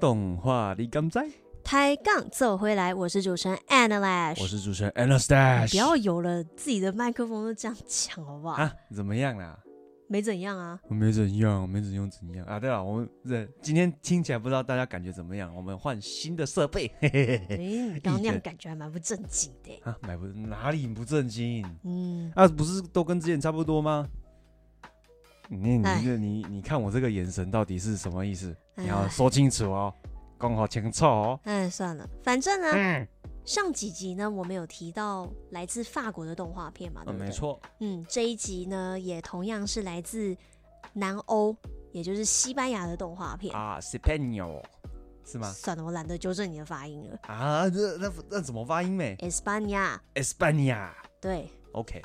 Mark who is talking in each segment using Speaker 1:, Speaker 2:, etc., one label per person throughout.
Speaker 1: 动画你敢知？
Speaker 2: 抬杠走回来，我是主持人 Anna
Speaker 1: 我
Speaker 2: Lash。
Speaker 1: 是主持人 Anastash。
Speaker 2: 不要有了自己的麦克风都这样抢好不好？
Speaker 1: 啊，怎么样啦？
Speaker 2: 没怎 样啊，
Speaker 1: 我没怎样，我没怎样怎样啊？对了，我们这今天听起来不知道大家感觉怎么样？我们换新的设备，嘿嘿嘿
Speaker 2: 哎、
Speaker 1: 嘿。
Speaker 2: 你刚刚那
Speaker 1: 一
Speaker 2: 样
Speaker 1: 点
Speaker 2: 感觉还蛮不正经的欸。
Speaker 1: 啊，买不哪里不正经
Speaker 2: 嗯，
Speaker 1: 啊？不是都跟之前差不多吗？嗯你你
Speaker 2: 哎
Speaker 1: 这你你看我这个眼神到底是什么意思？
Speaker 2: 哎
Speaker 1: 你要说清楚哦，讲好清楚哦。
Speaker 2: 哎，算了，反正呢，
Speaker 1: 嗯，
Speaker 2: 上几集呢，我们有提到来自法国的动画片嘛，对不
Speaker 1: 啊哦
Speaker 2: 对？
Speaker 1: 没。错，
Speaker 2: 嗯，这一集呢，也同样是来自南欧，也就是西班牙的动画片。
Speaker 1: 啊 s p a n i o 是吗？
Speaker 2: 算了，我懒得纠正你的发音了。
Speaker 1: 啊，这那那怎么发音呢
Speaker 2: España，
Speaker 1: ？España。
Speaker 2: 对，嗯
Speaker 1: OK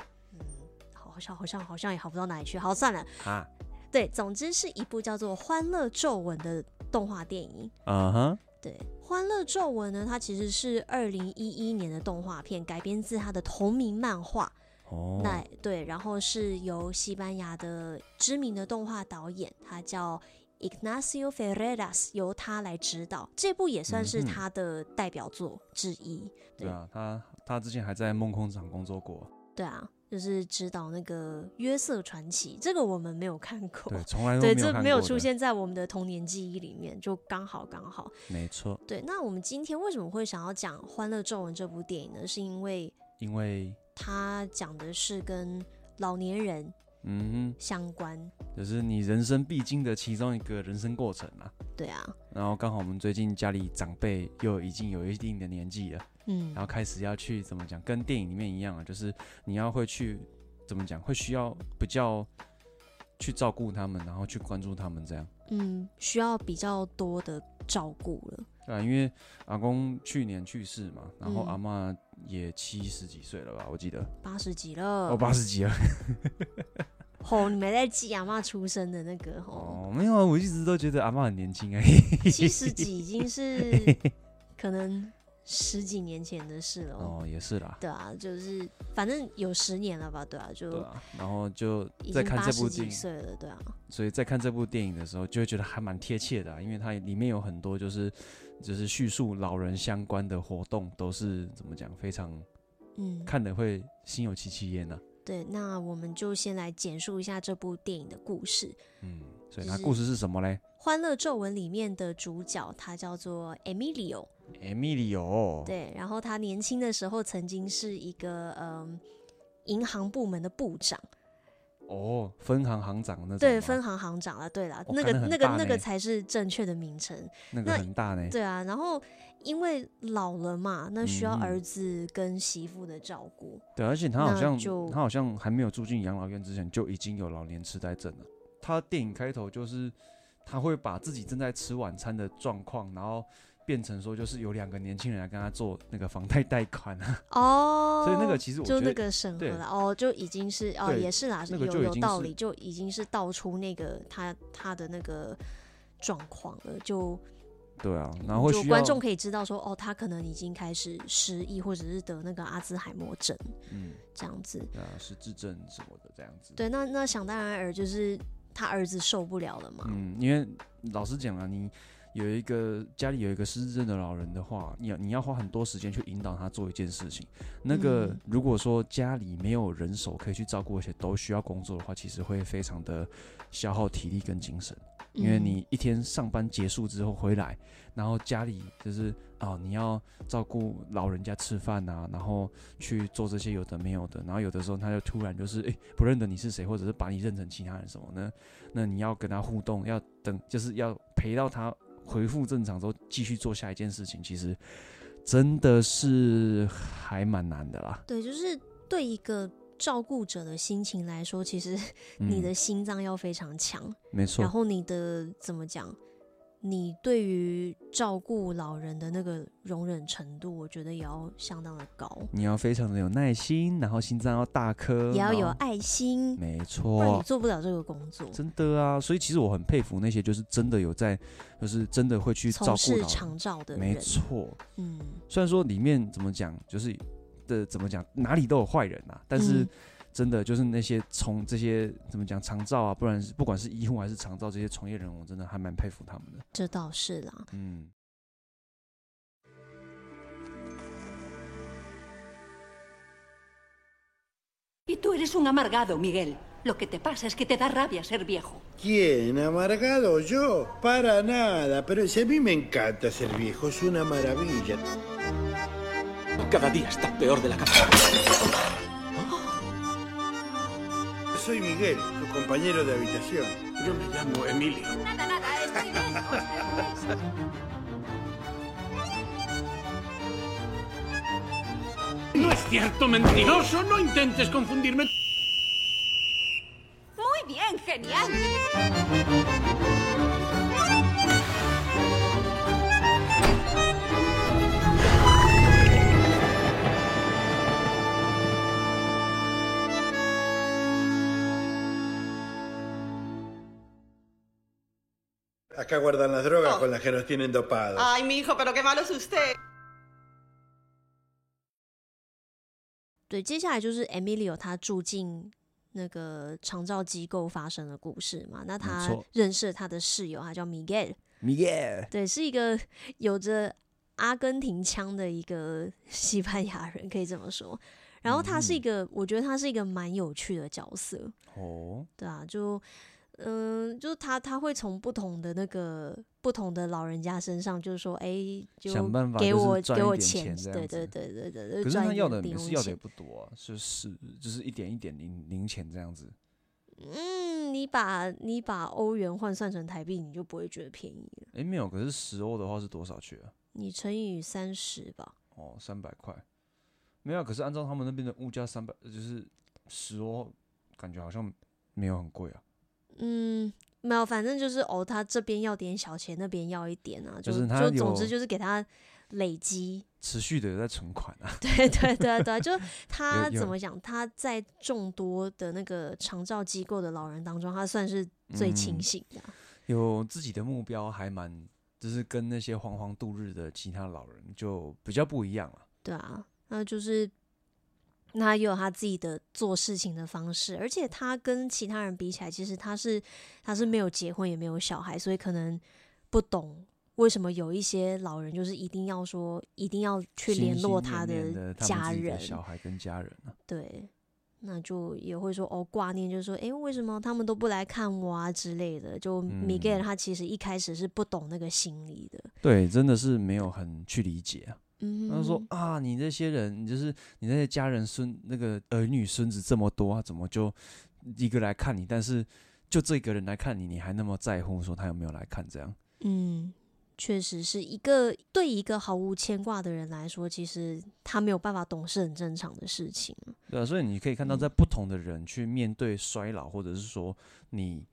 Speaker 2: 好像好像好像也好不到哪里去。好，算了，
Speaker 1: 啊，
Speaker 2: 对，总之是一部叫做《欢乐皱纹》的动画电影。
Speaker 1: 嗯哼，
Speaker 2: 对，《欢乐皱纹》呢，它其实是二零一一年的动画片，改编自它的同名漫画。
Speaker 1: 哦，
Speaker 2: 那对，然后是由西班牙的知名的动画导演，他叫 Ignacio Ferreras，由他来指导。这部也算是
Speaker 1: 嗯哼
Speaker 2: 他的代表作之一。
Speaker 1: 对啊，他他之前还在梦工厂工作过，
Speaker 2: 对啊，就是指导那个《约瑟传奇》，这个我们没有看过。
Speaker 1: 对，从来都
Speaker 2: 对，
Speaker 1: 没有
Speaker 2: 这
Speaker 1: 看
Speaker 2: 没有
Speaker 1: 过
Speaker 2: 出
Speaker 1: 的，
Speaker 2: 现在我们的童年记忆里面，就刚好刚好。
Speaker 1: 没错，
Speaker 2: 对，那我们今天为什么会想要讲《欢乐皱纹》这部电影呢？是因为
Speaker 1: 因为
Speaker 2: 它讲的是跟老年人
Speaker 1: 嗯
Speaker 2: 相关。
Speaker 1: 哼，就是你人生必经的其中一个人生过程啊。
Speaker 2: 对啊，
Speaker 1: 然后刚好我们最近家里长辈又已经有一定的年纪了，
Speaker 2: 嗯
Speaker 1: 然，后开始要去怎么讲，跟电影里面一样啊，就是你要会去怎么讲，会需要比较去照顾他们，然后去关注他们这样。
Speaker 2: 嗯，需要比较多的照顾了。
Speaker 1: 对啊，因为阿公去年去世嘛，然后
Speaker 2: 嗯
Speaker 1: 阿嬷也七十几岁了吧，我记得，
Speaker 2: 八十几了
Speaker 1: 哦，，八十几了。
Speaker 2: 吼、你没在记阿妈出生的那个吼，
Speaker 1: 哦，没有啊，我一直都觉得阿嬷很年轻哎、
Speaker 2: 七十几已 经是可能十几年前的事 了。
Speaker 1: 哦，也是啦，
Speaker 2: 对啊，就是反正有十年了吧？对啊，就
Speaker 1: 对啊。然后就
Speaker 2: 已
Speaker 1: 在
Speaker 2: 经
Speaker 1: 看
Speaker 2: 八
Speaker 1: 这
Speaker 2: 十
Speaker 1: 部电
Speaker 2: 几
Speaker 1: 影，
Speaker 2: 岁了，对啊，
Speaker 1: 所以在看这部电影的时候，就会觉得还蛮贴切的啊、因为它里面有很多就是就是叙述老人相关的活动，都是怎么讲，非常
Speaker 2: 嗯，
Speaker 1: 看的会心有戚戚焉呐、
Speaker 2: 对。那我们就先来简述一下这部电影的故事，《
Speaker 1: 嗯，所以
Speaker 2: 就
Speaker 1: 它
Speaker 2: 是
Speaker 1: 故事是什么嘞
Speaker 2: 欢乐皱纹》里面的主角他叫做 Emilio，
Speaker 1: ？Emilio，
Speaker 2: 对，然后他年轻的时候曾经是一个嗯银行部门的部长，
Speaker 1: 哦，分行行长那种吗，
Speaker 2: 对，分行行长啊，对啦，
Speaker 1: 哦
Speaker 2: 那
Speaker 1: 干
Speaker 2: 个
Speaker 1: 得很
Speaker 2: 那个
Speaker 1: 大
Speaker 2: 那个
Speaker 1: 呢
Speaker 2: 才是正确的名称，
Speaker 1: 那个
Speaker 2: 那
Speaker 1: 很大呢，
Speaker 2: 对啊。然后因为老了嘛，那需要
Speaker 1: 嗯
Speaker 2: 儿子跟媳妇的照 顾，
Speaker 1: 对，而且他好
Speaker 2: 那
Speaker 1: 像
Speaker 2: 就
Speaker 1: 他好像还没有住进养老院之前就已经有老年痴呆症了。他电影开头就是他会把自己正在吃晚餐的状况，然后变成说就是有两个年轻人来跟他做那个房贷贷款啊，
Speaker 2: 哦，
Speaker 1: 所以那个其实我觉
Speaker 2: 就那
Speaker 1: 得
Speaker 2: 个审核
Speaker 1: 对
Speaker 2: 了，哦，就已经是哦，
Speaker 1: 对
Speaker 2: 也是啦，
Speaker 1: 那个
Speaker 2: 有
Speaker 1: 就已
Speaker 2: 有
Speaker 1: 经
Speaker 2: 道
Speaker 1: 是
Speaker 2: 理，就已经是道出那个他他的那个状况了，就
Speaker 1: 对啊，然后会
Speaker 2: 就
Speaker 1: 需要
Speaker 2: 观众可以知道说，哦，他可能已经开始失忆，或者是得那个阿兹海默症
Speaker 1: 嗯
Speaker 2: 这样子。
Speaker 1: 对啊失智症什么的这样子。
Speaker 2: 对，那那想当然尔就是他儿子受不了了嘛，
Speaker 1: 嗯，因为老实讲啊，你有一个家里有一个失智症的老人的话，你要你要花很多时间去引导他做一件事情。那个、
Speaker 2: 嗯
Speaker 1: 如果说家里没有人手可以去照顾，而且都需要工作的话，其实会非常的消耗体力跟精神。因为
Speaker 2: 嗯
Speaker 1: 你一天上班结束之后回来，然后家里就是啊、你要照顾老人家吃饭啊，然后去做这些有的没有的，然后有的时候他就突然就是诶、不认得你是谁，或者是把你认成其他人什么呢？那你要跟他互动，要等就是要陪到他恢复正常之后，继续做下一件事情，其实真的是还蛮难的啦。
Speaker 2: 对，就是对一个照顾者的心情来说，其实
Speaker 1: 嗯、
Speaker 2: 你的心脏要非常强，
Speaker 1: 没
Speaker 2: 然
Speaker 1: 错，
Speaker 2: 后你的怎么讲？你对于照顾老人的那个容忍程度，我觉得也要相当的高，
Speaker 1: 你要非常的有耐心，然后心脏要大颗，
Speaker 2: 也要有
Speaker 1: 然后
Speaker 2: 爱心，
Speaker 1: 没
Speaker 2: 不
Speaker 1: 错，
Speaker 2: 然你做不了这个工作。
Speaker 1: 真的啊，所以其实我很佩服那些就是真的有在，就是真的会去照顾
Speaker 2: 从事
Speaker 1: 老人。
Speaker 2: 长照的
Speaker 1: 没
Speaker 2: 人，
Speaker 1: 错，
Speaker 2: 嗯，
Speaker 1: 呃虽然说里面怎么讲，就是的怎么讲，哪里都有坏人啊，但是
Speaker 2: 嗯
Speaker 1: 真的就是那些从这些怎么讲长照啊，不然是不管是医护还是长照这些从业人员，我真的还蛮佩服他们的。
Speaker 2: 这倒是啦。
Speaker 1: 嗯，
Speaker 3: Y tú eres un amargado, Miguel. Lo que te pasa es que te da rabia ser viejo.
Speaker 4: ¿Quién? ¿Amargado yo? Para nada, pero si a mí me encanta ser viejo, es una maravilla.
Speaker 5: Cada día está peor de la cabeza.
Speaker 4: Soy Miguel, tu compañero de habitación.
Speaker 5: Yo me llamo Emilio. No es cierto, mentiroso. No intentes confundirme.
Speaker 6: Muy bien, genial.
Speaker 4: Acá guardan las drogas con las que nos tienen dopados.
Speaker 7: Ay, mi hijo, pero qué malo es usted.
Speaker 2: 对，接下来就是 Emilio 他住进那个长照机构发生的故事嘛。那他
Speaker 1: 错
Speaker 2: 认识了他的室友，他叫 Miguel，
Speaker 1: 米耶，
Speaker 2: 对，是一个有着阿根廷腔的一个 西班牙人，可以这么说。然后他是
Speaker 1: 嗯
Speaker 2: 一个，我觉得他是一个蛮有趣的角色，
Speaker 1: 哦，
Speaker 2: 对啊，就嗯、就是他他会从不同的那个不同的老人家身上，就是说，哎、就
Speaker 1: 想办法
Speaker 2: 给
Speaker 1: 就是
Speaker 2: 我
Speaker 1: 赚
Speaker 2: 给
Speaker 1: 一
Speaker 2: 我
Speaker 1: 点
Speaker 2: 钱，
Speaker 1: 钱这
Speaker 2: 对
Speaker 1: 样子
Speaker 2: 对对对对，
Speaker 1: 可
Speaker 2: 就是赚
Speaker 1: 他
Speaker 2: 一
Speaker 1: 要的
Speaker 2: 点零
Speaker 1: 也是
Speaker 2: 用
Speaker 1: 要的
Speaker 2: 钱
Speaker 1: 也不多、啊，就是就是一点一点零零钱这样子。
Speaker 2: 嗯，你把你把欧元换算成台币，你就不会觉得便宜了。
Speaker 1: 诶，没有，可是十欧的话是多少去啊？
Speaker 2: 你乘以三十吧，
Speaker 1: 哦，三百块。没有，可是按照他们那边的物价，三百就是十欧，感觉好像没有很贵啊。
Speaker 2: 嗯，没有，反正就是哦，他这边要点小钱，那边要一点啊，
Speaker 1: 就
Speaker 2: 就是
Speaker 1: 他
Speaker 2: 就总之
Speaker 1: 有
Speaker 2: 就是给他累 积。
Speaker 1: 持续的在存款啊。
Speaker 2: 对对对对，就他
Speaker 1: 有
Speaker 2: 怎么讲？他在众多的那个长照机构的老人当中，他算是最
Speaker 1: 嗯
Speaker 2: 清醒的啊、
Speaker 1: 有自己的目标，还蛮就是跟那些惶惶度日的其他老人就比较不一样了。
Speaker 2: 对啊，那就是那他也有他自己的做事情的方式，而且他跟其他人比起来，其实他是他是没有结婚也没有小孩，所以可能不懂为什么有一些老人就是一定要说一定要去
Speaker 1: 心
Speaker 2: 联
Speaker 1: 心
Speaker 2: 络
Speaker 1: 念
Speaker 2: 他
Speaker 1: 念的他们
Speaker 2: 家
Speaker 1: 自己的
Speaker 2: 人，
Speaker 1: 小孩跟家人啊。
Speaker 2: 对。那就也会说哦，挂念就是说，诶，为什么他们都不来看我啊之类的。就
Speaker 1: 嗯
Speaker 2: Miguel 他其实一开始是不懂那个心理的，
Speaker 1: 对，真的是没有很去理解啊。
Speaker 2: 嗯，
Speaker 1: 他就说啊，你这些人，你就是你那些家人孙那个儿女孙子这么多，啊怎么就一个来看你，但是就这个人来看你，你还那么在乎说他有没有来看这样？
Speaker 2: 嗯，确实是一个对一个毫无牵挂的人来说，其实他没有办法懂是很正常的事情啊。
Speaker 1: 对啊，所以你可以看
Speaker 2: 嗯
Speaker 1: 到，在不同的人去面对衰老，或者是说你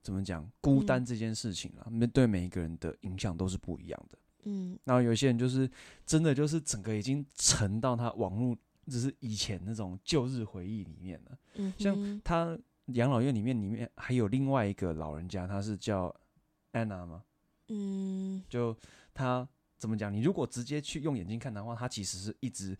Speaker 1: 怎么讲孤单
Speaker 2: 嗯
Speaker 1: 这件事情啊，面对每一个人的影响都是不一样的。
Speaker 2: 嗯，
Speaker 1: 然后有些人就是真的就是整个已经沉到他网络，就是以前那种旧日回忆里面了。
Speaker 2: 嗯
Speaker 1: 像
Speaker 2: 哼
Speaker 1: 他养老院里面里面还有另外一个老人家，他是叫安娜吗？
Speaker 2: 嗯
Speaker 1: 就他怎么讲？你如果直接去用眼睛看的话，他其实是一直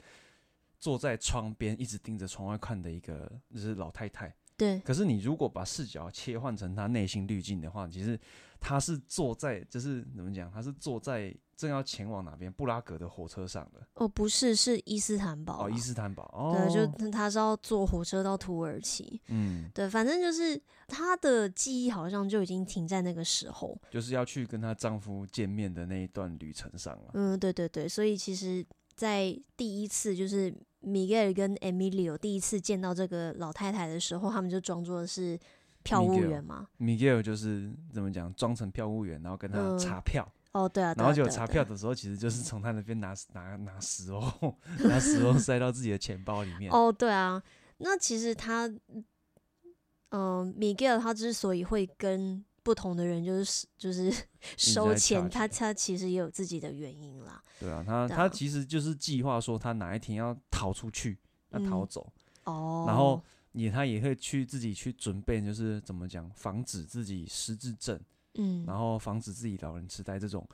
Speaker 1: 坐在窗边，一直盯着窗外看的一个就是老太太。
Speaker 2: 对，
Speaker 1: 可是你如果把视角切换成他内心滤镜的话，其实他是坐在就是怎么讲？他是坐在正要前往哪边布拉格的火车上的
Speaker 2: 哦不是，是伊斯坦堡
Speaker 1: 哦，
Speaker 2: 啊。
Speaker 1: 伊斯坦堡哦，
Speaker 2: 对，就他是要坐火车到土耳其。
Speaker 1: 嗯，
Speaker 2: 对，反正就是他的记忆好像就已经停在那个时候。
Speaker 1: 就是要去跟她丈夫见面的那一段旅程上啊了。
Speaker 2: 嗯，对对对，所以其实，在第一次就是米盖尔跟 Emilio 第一次见到这个老太太的时候，他们就装作是票务
Speaker 1: Miguel
Speaker 2: 员嘛。
Speaker 1: Miguel 就是怎么讲，装成票务员，然后跟他
Speaker 2: 嗯
Speaker 1: 查票，
Speaker 2: 哦，对啊，对
Speaker 1: 然后
Speaker 2: 啊
Speaker 1: 结果
Speaker 2: 对啊
Speaker 1: 查
Speaker 2: 对啊
Speaker 1: 票的时候，其实就是从他那边拿拿拿十欧，拿十欧塞到自己的钱包里面。
Speaker 2: 哦，对啊，那其实他，嗯、米格尔他之所以会跟不同的人就是 就是收
Speaker 1: 在
Speaker 2: 钱，
Speaker 1: charge
Speaker 2: 他他其实也有自己的原因啦。
Speaker 1: 对啊，他
Speaker 2: 对啊
Speaker 1: 他其实就是计划说他哪一天要逃出去，要逃
Speaker 2: 嗯
Speaker 1: 走，
Speaker 2: 哦，
Speaker 1: 然后也他也会去自己去准备，就是怎么讲，防止自己失智症，
Speaker 2: 嗯，
Speaker 1: 然后防止自己老人痴呆这种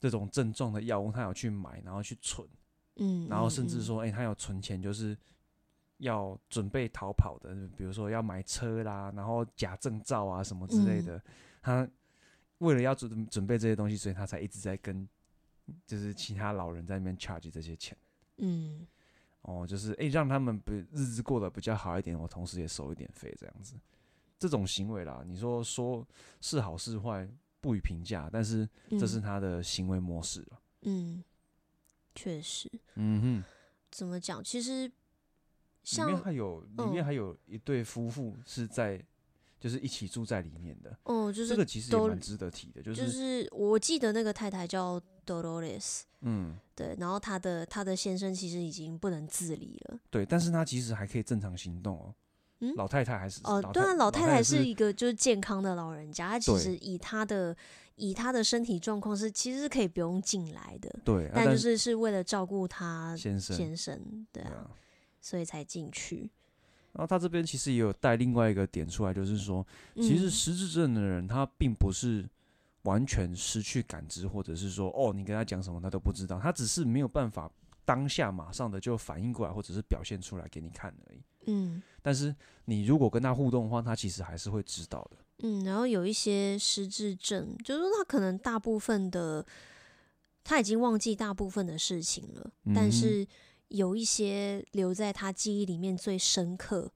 Speaker 1: 这种症状的药物，他有去买，然后去存。
Speaker 2: 嗯，
Speaker 1: 然后
Speaker 2: 嗯
Speaker 1: 甚至
Speaker 2: 嗯
Speaker 1: 说，哎、他有存钱，就是要准备逃跑的，比如说要买车啦，然后假证照啊什么之
Speaker 2: 嗯
Speaker 1: 类的。他为了要准准备这些东西，所以他才一直在跟就是其他老人在那边 charge 这些钱。
Speaker 2: 嗯，
Speaker 1: 哦，就是诶、让他们不日子过得比较好一点，我同时也收一点费这样子。这种行为啦，你说说是好是坏，不予评价，但是这是
Speaker 2: 嗯
Speaker 1: 他的行为模式了。
Speaker 2: 嗯，确实，
Speaker 1: 嗯
Speaker 2: 怎么讲？其实
Speaker 1: 哼，里面
Speaker 2: 像
Speaker 1: 还有里
Speaker 2: 嗯
Speaker 1: 面还有一对夫妇是在就是一起住在里面的，
Speaker 2: 哦，就
Speaker 1: 这
Speaker 2: 是
Speaker 1: 个其实也
Speaker 2: 都
Speaker 1: 蛮值得提的，就
Speaker 2: 就是是我记得那个太太叫 Dolores，
Speaker 1: 嗯
Speaker 2: 对，然后她的她的先生其实已经不能自理了。
Speaker 1: 对，但是他其实还可以正常行动哦。
Speaker 2: 嗯
Speaker 1: 老太太还是
Speaker 2: 哦，
Speaker 1: 老
Speaker 2: 对啊，老太
Speaker 1: 太
Speaker 2: 太
Speaker 1: 是
Speaker 2: 是一个就是健康的老人家，她其
Speaker 1: 对
Speaker 2: 实以她的以她的身体状况是其实是可以不用进来的，
Speaker 1: 对，啊
Speaker 2: 但就是是为了照顾她
Speaker 1: 先生
Speaker 2: 先生，对
Speaker 1: 对啊
Speaker 2: 啊，所以才进去。
Speaker 1: 然后他这边其实也有带另外一个点出来，就是说，其实
Speaker 2: 嗯
Speaker 1: 失智症的人他并不是完全失去感知，或者是说哦，你跟他讲什么他都不知道，他只是没有办法当下马上的就反应过来，或者是表现出来给你看而已。
Speaker 2: 嗯
Speaker 1: 但是你如果跟他互动的话，他其实还是会知道的。
Speaker 2: 嗯，然后有一些失智症，就是说他可能大部分的他已经忘记大部分的事情了，
Speaker 1: 嗯哼
Speaker 2: 但是有一些留在他记忆里面最深刻，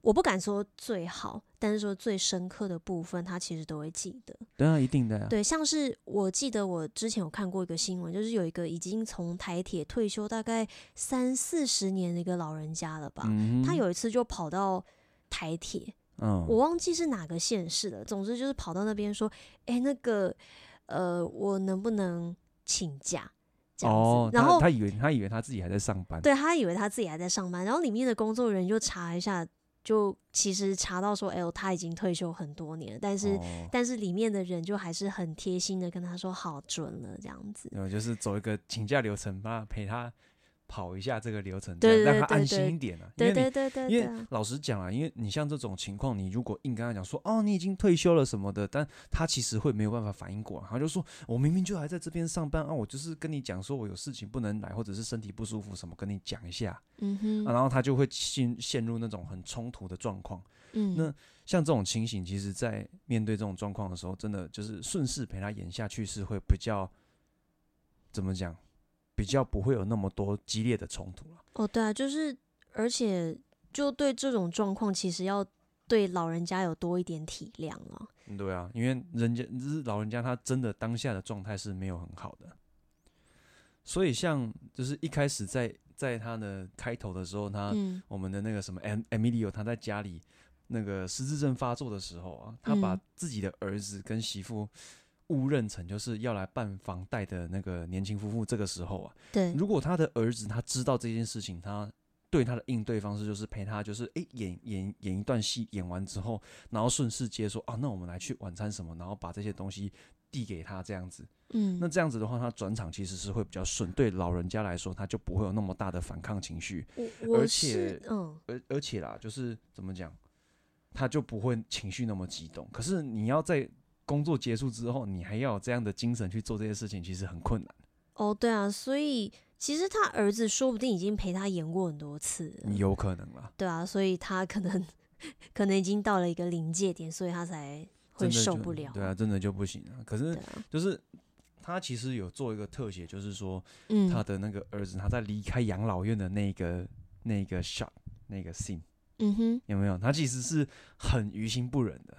Speaker 2: 我不敢说最好，但是说最深刻的部分，他其实都会记得。
Speaker 1: 当然一定的、啊，
Speaker 2: 对，像是我记得我之前有看过一个新闻，就是有一个已经从台铁退休大概三四十年的一个老人家了吧，
Speaker 1: 嗯哼，
Speaker 2: 他有一次就跑到台铁，
Speaker 1: 嗯，
Speaker 2: 我忘记是哪个县市了，总之就是跑到那边说，哎、那个呃，我能不能请假这样子？
Speaker 1: 哦，
Speaker 2: 然
Speaker 1: 他
Speaker 2: 后
Speaker 1: 他以为他以为他自己还在上班，
Speaker 2: 对他以为他自己还在上班，然后里面的工作人员就查一下，就其实查到说，哎、呦，他已经退休很多年了，但是、
Speaker 1: 哦
Speaker 2: 但是里面的人就还是很贴心的跟他说好准了这样子。
Speaker 1: 然后就是走一个请假流程，帮他陪他跑一下这个流程，
Speaker 2: 对
Speaker 1: 这样
Speaker 2: 对
Speaker 1: 让他
Speaker 2: 对
Speaker 1: 安
Speaker 2: 对
Speaker 1: 心一点啊，因
Speaker 2: 对
Speaker 1: 为你
Speaker 2: 对对对
Speaker 1: 因
Speaker 2: 对
Speaker 1: 为
Speaker 2: 啊，
Speaker 1: 老实讲啊，因为你像这种情况，你如果硬跟他讲说哦，你已经退休了什么的，但他其实会没有办法反应过来，他就说我明明就还在这边上班啊，我就是跟你讲说我有事情不能来，或者是身体不舒服什么，跟你讲一下、
Speaker 2: 嗯
Speaker 1: 啊，
Speaker 2: 哼，
Speaker 1: 然后他就会陷陷入那种很冲突的状况。
Speaker 2: 嗯
Speaker 1: 那像这种情形，其实在面对这种状况的时候，真的就是顺势陪他演下去是会比较怎么讲，比较不会有那么多激烈的冲突了。
Speaker 2: 哦对啊，就是而且就对这种状况，其实要对老人家有多一点体谅啊。
Speaker 1: 嗯对啊，因为人家就是老人家，他真的当下的状态是没有很好的，所以像就是一开始在在他的开头的时候，他、
Speaker 2: 嗯
Speaker 1: 我们的那个什么 em Emilio，他在家里那个失智症发作的时候啊，他把
Speaker 2: 嗯
Speaker 1: 自己的儿子跟媳妇误认成就是要来办房贷的那个年轻夫妇，这个时候啊，
Speaker 2: 对，
Speaker 1: 如果他的儿子他知道这件事情，他对他的应对方式就是陪他，就是诶、演演演一段戏，演完之后，然后顺势接说啊，那我们来去晚餐什么，然后把这些东西递给他这样子。
Speaker 2: 嗯，
Speaker 1: 那这样子的话，他转场其实是会比较顺，对老人家来说，他就不会有那么大的反抗情绪，
Speaker 2: 我我
Speaker 1: 而
Speaker 2: 是
Speaker 1: 且
Speaker 2: 嗯
Speaker 1: 而而且啦，就是怎么讲，他就不会情绪那么激动。可是你要在工作结束之后，你还要有这样的精神去做这些事情，其实很困难。
Speaker 2: 哦对啊，所以其实他儿子说不定已经陪他演过很多次了，
Speaker 1: 有可能啦。
Speaker 2: 对啊，所以他可能可能已经到了一个临界点，所以他才会
Speaker 1: 真的
Speaker 2: 受
Speaker 1: 就
Speaker 2: 不了。哦
Speaker 1: 对啊，，真的就不行啊。可是
Speaker 2: 对啊，
Speaker 1: 就是他其实有做一个特写，就是说
Speaker 2: 嗯，
Speaker 1: 他的那个儿子他在离开养老院的那个那个 shot 那个 scene
Speaker 2: 嗯哼，
Speaker 1: 有没有？他其实是很于心不忍的，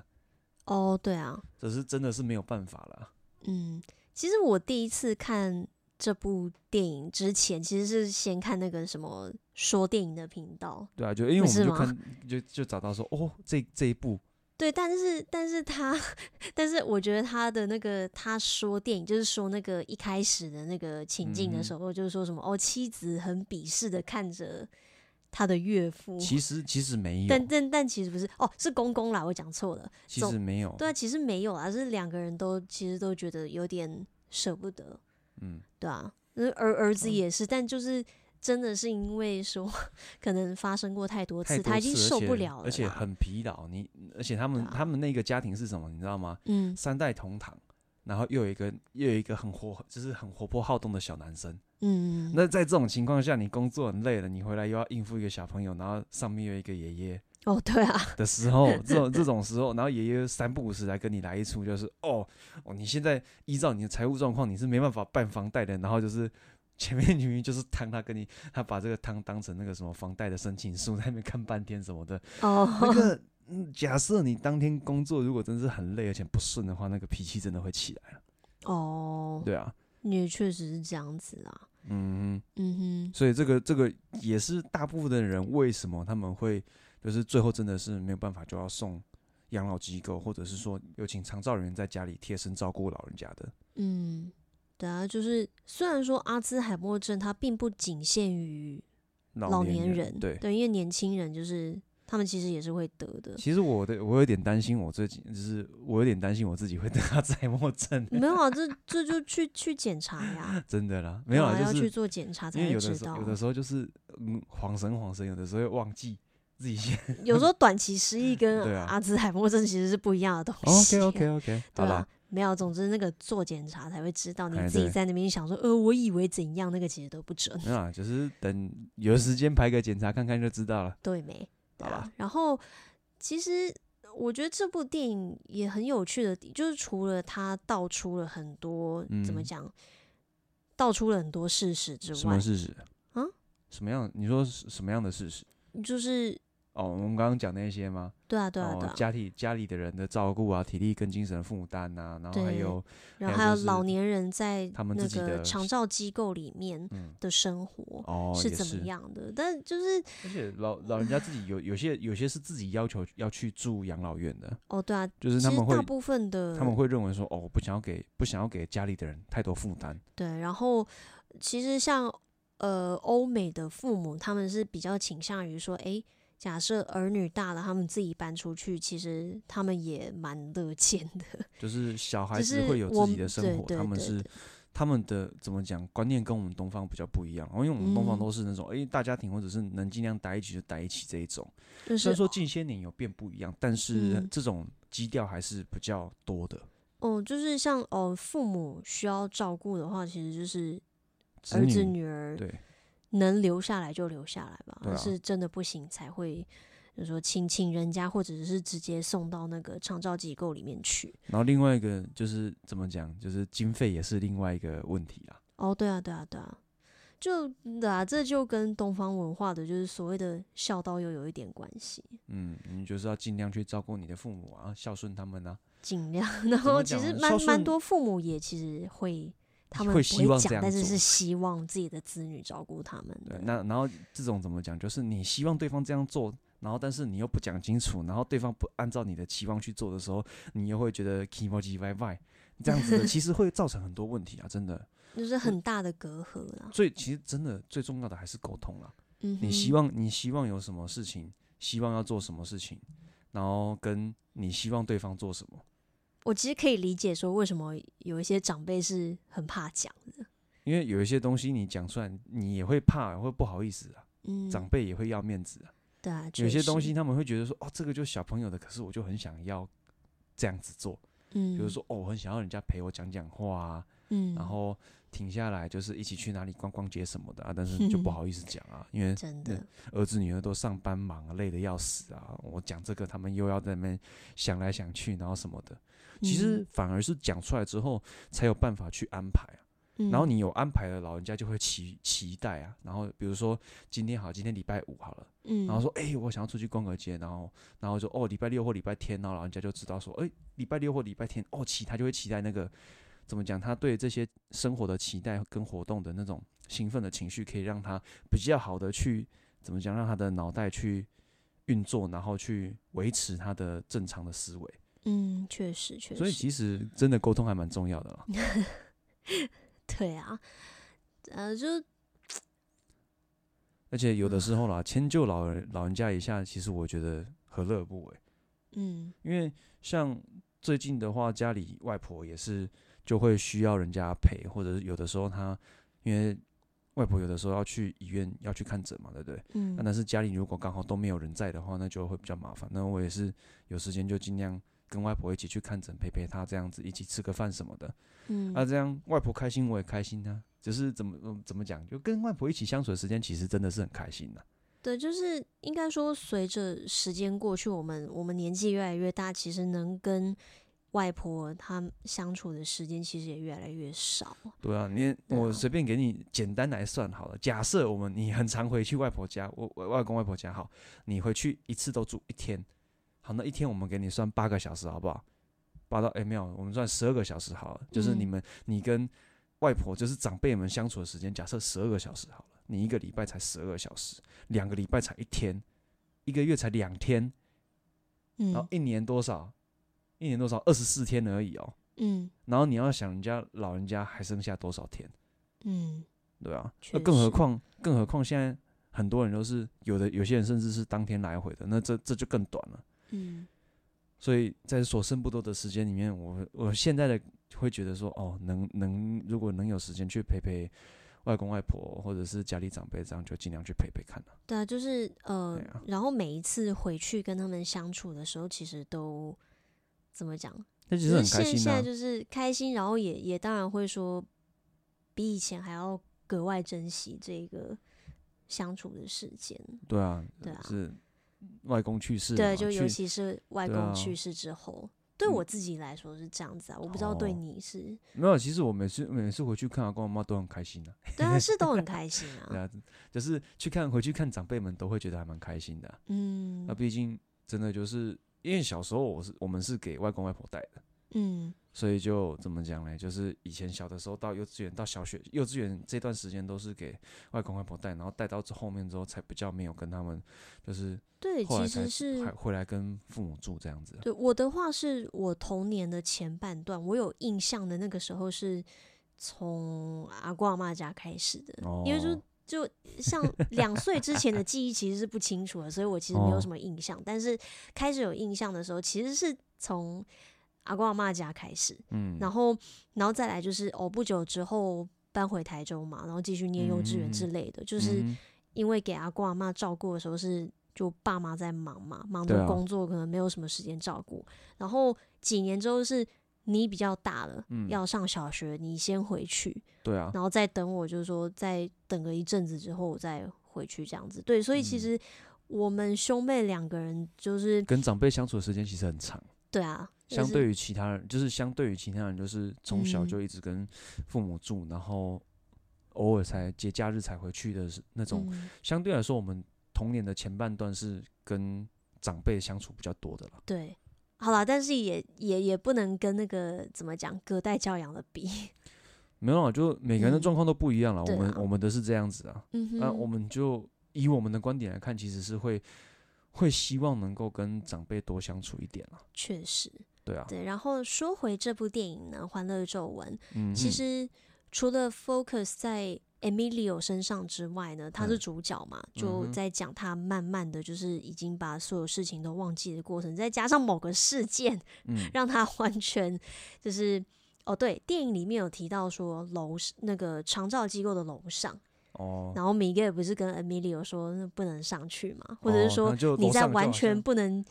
Speaker 2: 哦对啊，
Speaker 1: 只是真的是没有办法了。
Speaker 2: 嗯，其实我第一次看这部电影之前，其实是先看那个什么说电影的频道，
Speaker 1: 对啊，就因为我
Speaker 2: 是
Speaker 1: 们就
Speaker 2: 吗
Speaker 1: 看就就找到说哦，这这一部
Speaker 2: 对，但是但是他， 但是我觉得他的那个他说电影，就是说那个一开始的那个情境
Speaker 1: 嗯
Speaker 2: 的
Speaker 1: 哼
Speaker 2: 时候，就是说什么哦，妻子很鄙视的看着他的岳父，
Speaker 1: 其实其实没有，
Speaker 2: 但但但其实不是哦，是公公啦，我讲错了。
Speaker 1: 其
Speaker 2: 总
Speaker 1: 实没有，
Speaker 2: 对啊，其实没有啊，是两个人都其实都觉得有点舍不得，
Speaker 1: 嗯，
Speaker 2: 对啊，呃儿儿子也是，但就是真的是因为说可能发生过太多
Speaker 1: 太
Speaker 2: 次，
Speaker 1: 多
Speaker 2: 他已经
Speaker 1: 次而
Speaker 2: 受
Speaker 1: 且
Speaker 2: 不了了啦，
Speaker 1: 而且很疲劳。你而且他们
Speaker 2: 对啊
Speaker 1: 他们那个家庭是什么，你知道吗？
Speaker 2: 嗯
Speaker 1: 三代同堂，然后又有一个又有一个很活，就是很活泼好动的小男生。
Speaker 2: 嗯，
Speaker 1: 那在这种情况下，你工作很累了，你回来又要应付一个小朋友，然后上面又有一个爷爷
Speaker 2: 哦，对啊，
Speaker 1: 的时候，这种这种时候，然后爷爷三不五时来跟你来一出，就是哦哦，你现在依照你的财务状况，你是没办法办房贷的，然后就是。前面明明就是汤，他跟你，他把这个汤当成那个什么房贷的申请书，在那边看半天什么的，那
Speaker 2: 哦，
Speaker 1: 个，嗯假设你当天工作如果真是很累而且不顺的话，那个脾气真的会起来了。
Speaker 2: 哦，
Speaker 1: 对啊，
Speaker 2: 也确实是这样子啊，
Speaker 1: 嗯，
Speaker 2: 嗯
Speaker 1: 所以这个这个也是大部分的人为什么他们会就是最后真的是没有办法就要送养老机构，或者是说有请长照人员在家里贴身照顾老人家的。
Speaker 2: 哼，嗯，对啊，就是虽然说阿兹海默症它并不仅限于老
Speaker 1: 年
Speaker 2: 年
Speaker 1: 人
Speaker 2: 人，
Speaker 1: 对，
Speaker 2: 因为年轻人就是他们其实也是会得的。
Speaker 1: 其实我的我有点担心我最近，就是我有点担心我自己会得 阿兹海默症，
Speaker 2: 没有啊，这这就去去检查呀，
Speaker 1: 真的 啦，没有啦，
Speaker 2: 对啊
Speaker 1: 就
Speaker 2: 要去
Speaker 1: 是
Speaker 2: 做检查才
Speaker 1: 因为
Speaker 2: 会
Speaker 1: 有的
Speaker 2: 知
Speaker 1: 时
Speaker 2: 道
Speaker 1: 候
Speaker 2: 啊。
Speaker 1: 有的时候就是嗯恍神恍神，有的时候会忘记自己现
Speaker 2: 有时候短期失忆跟
Speaker 1: 对啊
Speaker 2: 阿兹海默症其 实是不一样的东西。
Speaker 1: OK OK OK，好
Speaker 2: 对
Speaker 1: 啦
Speaker 2: 啊，，没有，总之那个做检查才会知道，你
Speaker 1: 哎
Speaker 2: 自己
Speaker 1: 对
Speaker 2: 在那边想说，呃，我以为怎样，那个其实都不准，
Speaker 1: 没有啦，就是等有时间排个检查看看就知道了。
Speaker 2: 对没？对
Speaker 1: 好吧
Speaker 2: 啊。然后其实我觉得这部电影也很有趣的地，就是除了它道出了很多、怎么
Speaker 1: 嗯
Speaker 2: 讲，道出了很多事实之
Speaker 1: 什
Speaker 2: 外
Speaker 1: 么，事实？
Speaker 2: 啊？
Speaker 1: 什么样？你说是什么样的事实？
Speaker 2: 就是
Speaker 1: 哦，我们刚刚讲那些吗？
Speaker 2: 对啊，对啊，对
Speaker 1: 哦，
Speaker 2: 啊。
Speaker 1: 家里家里的人的照顾啊，体力跟精神负担啊，然后还
Speaker 2: 对
Speaker 1: 有
Speaker 2: 然后
Speaker 1: 还有
Speaker 2: 还有
Speaker 1: 就是
Speaker 2: 老年人在
Speaker 1: 他们
Speaker 2: 那
Speaker 1: 自己
Speaker 2: 个
Speaker 1: 的
Speaker 2: 长照机构里面
Speaker 1: 嗯，
Speaker 2: 的生活
Speaker 1: 哦，
Speaker 2: 是
Speaker 1: 也
Speaker 2: 怎么？样的，但就是
Speaker 1: 而且老老人家自己有有些有些是自己要求要去住养老院的，
Speaker 2: 哦，对啊，
Speaker 1: 就是
Speaker 2: 其
Speaker 1: 他
Speaker 2: 实
Speaker 1: 们会
Speaker 2: 大部分的
Speaker 1: 他们会认为说，哦，我不想要给不想要给家里的人太多负担。
Speaker 2: 对，然后其实像呃欧美的父母，他们是比较倾向于说，诶，假设儿女大了，他们自己搬出去，其实他们也蛮乐见的，
Speaker 1: 就是小孩
Speaker 2: 只
Speaker 1: 子
Speaker 2: 是
Speaker 1: 会有
Speaker 2: 我
Speaker 1: 自己的
Speaker 2: 对
Speaker 1: 生活，
Speaker 2: 对
Speaker 1: 他们
Speaker 2: 对
Speaker 1: 是
Speaker 2: 对
Speaker 1: 他们的怎么讲观念跟我们东方比较不一样，因为我们东方
Speaker 2: 嗯
Speaker 1: 都是那种哎、诶大家庭或者是能尽量待一起就待一起这一种。
Speaker 2: 就
Speaker 1: 虽
Speaker 2: 是
Speaker 1: 然说近些年有变不一样，但是
Speaker 2: 嗯
Speaker 1: 这种基调还是比较多的。
Speaker 2: 哦，就是像哦父母需要照顾的话，其实就是
Speaker 1: 子
Speaker 2: 儿子
Speaker 1: 女
Speaker 2: 女儿
Speaker 1: 对
Speaker 2: 能留下来就留下来吧，
Speaker 1: 对啊
Speaker 2: 是真的不行才会。就是说亲亲人家，或者是直接送到那个长照机构里面去。
Speaker 1: 然后另外一个就是怎么讲，就是经费也是另外一个问题啦。
Speaker 2: 哦，对啊，对啊，对啊，就对啊，这就跟东方文化的就是所谓的孝道又有一点关系，
Speaker 1: 嗯，你就是要尽量去照顾你的父母啊，孝顺他们啊，
Speaker 2: 尽量。
Speaker 1: 么
Speaker 2: 然后其
Speaker 1: 讲
Speaker 2: 实
Speaker 1: 呢
Speaker 2: 蛮
Speaker 1: 孝
Speaker 2: 蛮
Speaker 1: 顺
Speaker 2: 多父母也其实会，他们
Speaker 1: 会
Speaker 2: 不
Speaker 1: 希望这
Speaker 2: 讲，
Speaker 1: 样
Speaker 2: 但是
Speaker 1: 做
Speaker 2: 是希望自己的子女照顾他们
Speaker 1: 对
Speaker 2: 的。，
Speaker 1: 那然后这种怎么讲？就是你希望对方这样做，然后但是你又不讲清楚，然后对方不按照你的期望去做的时候，你又会觉得 k i m o j i 这样 子的其实会造成很多问题啊，真的。
Speaker 2: 就是很大的隔阂啦。
Speaker 1: 所以其实真的最重要的还是沟通啦。
Speaker 2: 嗯
Speaker 1: 你希
Speaker 2: 哼
Speaker 1: 望你希望有什么事情，希望要做什么事情，然后跟你希望对方做什么，
Speaker 2: 我其实可以理解说为什么有一些长辈是很怕讲的，
Speaker 1: 因为有一些东西你讲出来，你也会怕，会不好意思啊，
Speaker 2: 嗯，
Speaker 1: 长辈也会要面子啊。
Speaker 2: 对啊，
Speaker 1: 有
Speaker 2: 确
Speaker 1: 些东
Speaker 2: 实
Speaker 1: 西，他们会觉得说，哦，这个就是小朋友的，可是我就很想要这样子做，
Speaker 2: 嗯，
Speaker 1: 比如说，哦，我很想要人家陪我讲讲话啊，
Speaker 2: 嗯，
Speaker 1: 然后停下来就是一起去哪里逛逛街什么的啊，但是就不好意思讲 啊，因为
Speaker 2: 真
Speaker 1: 对
Speaker 2: 的，
Speaker 1: 儿子女儿都上班忙啊，累得要死啊，我讲这个他们又要在那边想来想去，然后什么的，
Speaker 2: 嗯
Speaker 1: 其实反而是讲出来之后才有办法去安排啊。
Speaker 2: 嗯，
Speaker 1: 然后
Speaker 2: 嗯
Speaker 1: 你有安排了，老人家就会期期待啊。然后比如说今天好，今天礼拜五好了。
Speaker 2: 嗯，
Speaker 1: 然后说，哎、我想要出去逛个街，然后，然后就哦，礼拜六或礼拜天，然后老人家就知道说，哎、礼拜六或礼拜天，哦，期他就会期待那个怎么讲，他对这些生活的期待跟活动的那种兴奋的情绪，可以让他比较好的去怎么讲，让他的脑袋去运作，然后去维持他的正常的思维。
Speaker 2: 嗯，确实确实，
Speaker 1: 所以其实真的沟通还蛮重要的啦。
Speaker 2: 对啊，呃，就
Speaker 1: 而且有的时候啦，迁就老人老人家一下，其实我觉得何乐而不为。
Speaker 2: 嗯
Speaker 1: 因为像最近的话，家里外婆也是就会需要人家陪，或者是有的时候她因为外婆有的时候要去医院要去看诊嘛，对不啊对？那、
Speaker 2: 嗯，
Speaker 1: 但是家里如果刚好都没有人在的话，那就会比较麻烦。那我也是有时间就尽量跟外婆一起去看诊，陪陪她这样子，一起吃个饭什么的。啊
Speaker 2: 嗯，
Speaker 1: 那、这样外婆开心，我也开心啊。只是怎么嗯怎么讲，就跟外婆一起相处的时间，其实真的是很开心啊的、
Speaker 2: 对，就是应该说，随着时间过去，我们我们年纪越来越大，其实能跟外婆她相处的时间其实也越来越少。
Speaker 1: 对啊，你
Speaker 2: 对
Speaker 1: 我
Speaker 2: 啊
Speaker 1: 随便给你简单来算好了。假设我们你很常回去外婆家，我我外公外婆家好，你回去一次都住一天，好，那一天我们给你算八个小时好不好？八到哎、没有，我们算十二个小时好了，就是你
Speaker 2: 嗯
Speaker 1: 们、你跟外婆就是长辈们相处的时间，假设十二个小时好了，你一个礼拜才十二个小时，两个礼拜才一天，一个月才两天，然后
Speaker 2: 嗯
Speaker 1: 一年多少？一年多少？二十四天而已哦。
Speaker 2: 嗯
Speaker 1: 然后你要想人家老人家还剩下多少天？
Speaker 2: 嗯，
Speaker 1: 对啊，
Speaker 2: 确
Speaker 1: 那更何
Speaker 2: 实
Speaker 1: 况，更何况现在很多人都是有的，有些人甚至是当天来回的，那这这就更短了。
Speaker 2: 嗯
Speaker 1: 所以在所剩不多的时间里面，我我现在的会觉得说，哦，能能如果能有时间去陪陪外公外婆或者是家里长辈，这样就尽量去陪陪看了、
Speaker 2: 对啊，就是呃
Speaker 1: 对啊，
Speaker 2: 然后每一次回去跟他们相处的时候，其实都怎么讲？
Speaker 1: 那其实
Speaker 2: 就是
Speaker 1: 很开
Speaker 2: 现
Speaker 1: 心
Speaker 2: 现
Speaker 1: 啊
Speaker 2: 在，就是开心，然后也也当然会说，比以前还要格外珍惜这个相处的时间。
Speaker 1: 对啊，
Speaker 2: 对啊
Speaker 1: 是外公去世了嘛，
Speaker 2: 对，就尤
Speaker 1: 去
Speaker 2: 其是外
Speaker 1: 对啊
Speaker 2: 公去世之后，对
Speaker 1: 嗯
Speaker 2: 我自己来说是这样子啊，我不知道对
Speaker 1: 哦
Speaker 2: 你是，
Speaker 1: 没有。其实我每次每次回去看阿公阿妈都很开心的、
Speaker 2: 对啊，是都很开心
Speaker 1: 对
Speaker 2: 啊，
Speaker 1: 啊，就是去看回去看长辈们都会觉得还蛮开心的啊、
Speaker 2: 嗯
Speaker 1: 那毕竟真的就是因为小时候我是我们是给外公外婆带的，
Speaker 2: 嗯
Speaker 1: 所以就怎么讲呢？就是以前小的时候到幼稚园到小学，幼稚园这段时间都是给外公外婆带，然后带到后面之后才比较没有跟他们，就是
Speaker 2: 对，
Speaker 1: 后来
Speaker 2: 其
Speaker 1: 才
Speaker 2: 实是
Speaker 1: 还回来跟父母住这样子。
Speaker 2: 对我的话，是我童年的前半段，我有印象的那个时候是从阿公阿妈家开始的，因为就
Speaker 1: 哦
Speaker 2: 就像两岁之前的记忆其实是不清楚的，所以我其实没有
Speaker 1: 哦
Speaker 2: 什么印象。但是开始有印象的时候，其实是从阿公阿妈家开始，
Speaker 1: 嗯，
Speaker 2: 然后然后再来就是哦，不久之后搬回台州嘛，然后继续念幼稚园之
Speaker 1: 嗯
Speaker 2: 类的，就是。
Speaker 1: 嗯
Speaker 2: 因为给阿公阿妈照顾的时候是就爸妈在忙嘛，忙
Speaker 1: 对
Speaker 2: 着
Speaker 1: 啊
Speaker 2: 工作，可能没有什么时间照顾。然后几年之后是你比较大了，
Speaker 1: 嗯
Speaker 2: 要上小学，你先回去，
Speaker 1: 对啊，
Speaker 2: 然后再等我，就是说再等个一阵子之后我再回去这样子。对，所以其
Speaker 1: 嗯
Speaker 2: 实我们兄妹两个人就是
Speaker 1: 跟长辈相处的时间其实很长。
Speaker 2: 对啊，就
Speaker 1: 相
Speaker 2: 是
Speaker 1: 对于其他人，就是相对于其他人，就是从小
Speaker 2: 嗯
Speaker 1: 就一直跟父母住，然后偶尔才节假日才回去的是那种。
Speaker 2: 嗯
Speaker 1: 相对来说，我们童年的前半段是跟长辈相处比较多的了。
Speaker 2: 对。好啦，但是也也也不能跟那个怎么讲隔代教养的比，
Speaker 1: 没有啊，就每个人的
Speaker 2: 嗯
Speaker 1: 状况都不一样了。
Speaker 2: 对
Speaker 1: 我们
Speaker 2: 啊
Speaker 1: 我们的是这样子啊，
Speaker 2: 嗯哼，
Speaker 1: 那、我们就以我们的观点来看，其实是会会希望能够跟长辈多相处一点啦。
Speaker 2: 确实，
Speaker 1: 对啊，
Speaker 2: 对，然后说回这部电影呢，《欢乐皱纹》，
Speaker 1: 嗯，
Speaker 2: 其
Speaker 1: 嗯
Speaker 2: 实除了 focus 在 Emilio 身上之外呢，他是
Speaker 1: 嗯
Speaker 2: 主角嘛，
Speaker 1: 嗯
Speaker 2: 就
Speaker 1: 哼
Speaker 2: 在讲他慢慢的就是已经把所有事情都忘记的过程，再加上某个事件，
Speaker 1: 嗯
Speaker 2: 让他完全就是。哦，对，电影里面有提到说楼那个长照机构的楼上，
Speaker 1: 哦，
Speaker 2: 然后米格尔不是跟 Emilio 说那不能上去嘛，或者
Speaker 1: 哦
Speaker 2: 是说
Speaker 1: 那就
Speaker 2: 你
Speaker 1: 楼
Speaker 2: 在
Speaker 1: 上就
Speaker 2: 完
Speaker 1: 好
Speaker 2: 全
Speaker 1: 像
Speaker 2: 不能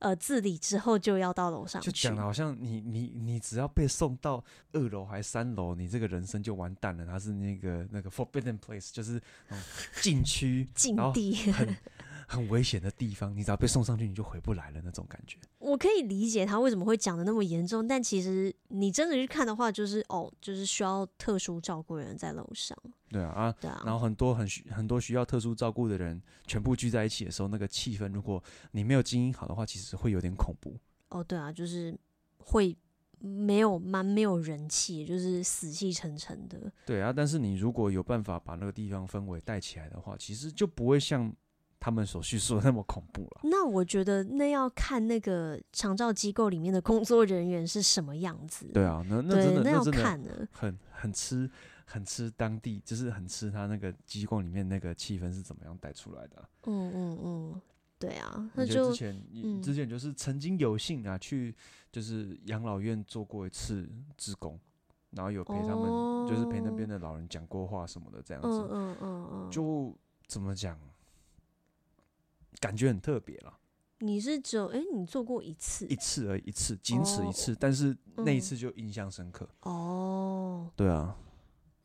Speaker 2: 呃自理之后就要到楼上
Speaker 1: 就
Speaker 2: 去
Speaker 1: 讲的，好像你你你只要被送到二楼还三楼，你这个人生就完蛋了。它是那个那个 forbidden place，就是那种禁区，
Speaker 2: 禁
Speaker 1: 然后
Speaker 2: 地，
Speaker 1: 很 很危险的地方，你只要被送上去，你就回不来了那种感觉。
Speaker 2: 我可以理解他为什么会讲的那么严重，但其实你真的去看的话，就是哦，就是需要特殊照顾人在楼上，
Speaker 1: 对啊啊，
Speaker 2: 对啊，
Speaker 1: 然后很多很需很多需要特殊照顾的人全部聚在一起的时候，那个气氛，如果你没有经营好的话，其实会有点恐怖。
Speaker 2: 哦，对啊，就是会没有蛮没有人气，就是死气沉沉的，
Speaker 1: 对啊，但是你如果有办法把那个地方氛围带起来的话，其实就不会像他们所叙述的那么恐怖了。
Speaker 2: 那我觉得那要看那个长照机构里面的工作人员是什么样子，
Speaker 1: 对啊，那那
Speaker 2: 对
Speaker 1: 真的
Speaker 2: 要
Speaker 1: 真的
Speaker 2: 看的，
Speaker 1: 很很吃很吃当地，就是很吃他那个机构里面那个气氛是怎么样带出来的啊、
Speaker 2: 嗯嗯嗯，对啊，
Speaker 1: 我
Speaker 2: 那
Speaker 1: 觉得
Speaker 2: 就
Speaker 1: 之前你、
Speaker 2: 嗯
Speaker 1: 之前就是曾经有幸啊去就是养老院做过一次志工，然后有陪他们、就是陪那边的老人讲过话什么的这样
Speaker 2: 哦嗯
Speaker 1: 子，
Speaker 2: 嗯嗯嗯，
Speaker 1: 就怎么讲，感觉很特别了。
Speaker 2: 你是只有哎、你做过一次
Speaker 1: 一次而已，一次，仅此
Speaker 2: 哦
Speaker 1: 一次，但是那一
Speaker 2: 嗯
Speaker 1: 次就印象深刻。
Speaker 2: 哦。
Speaker 1: 对啊，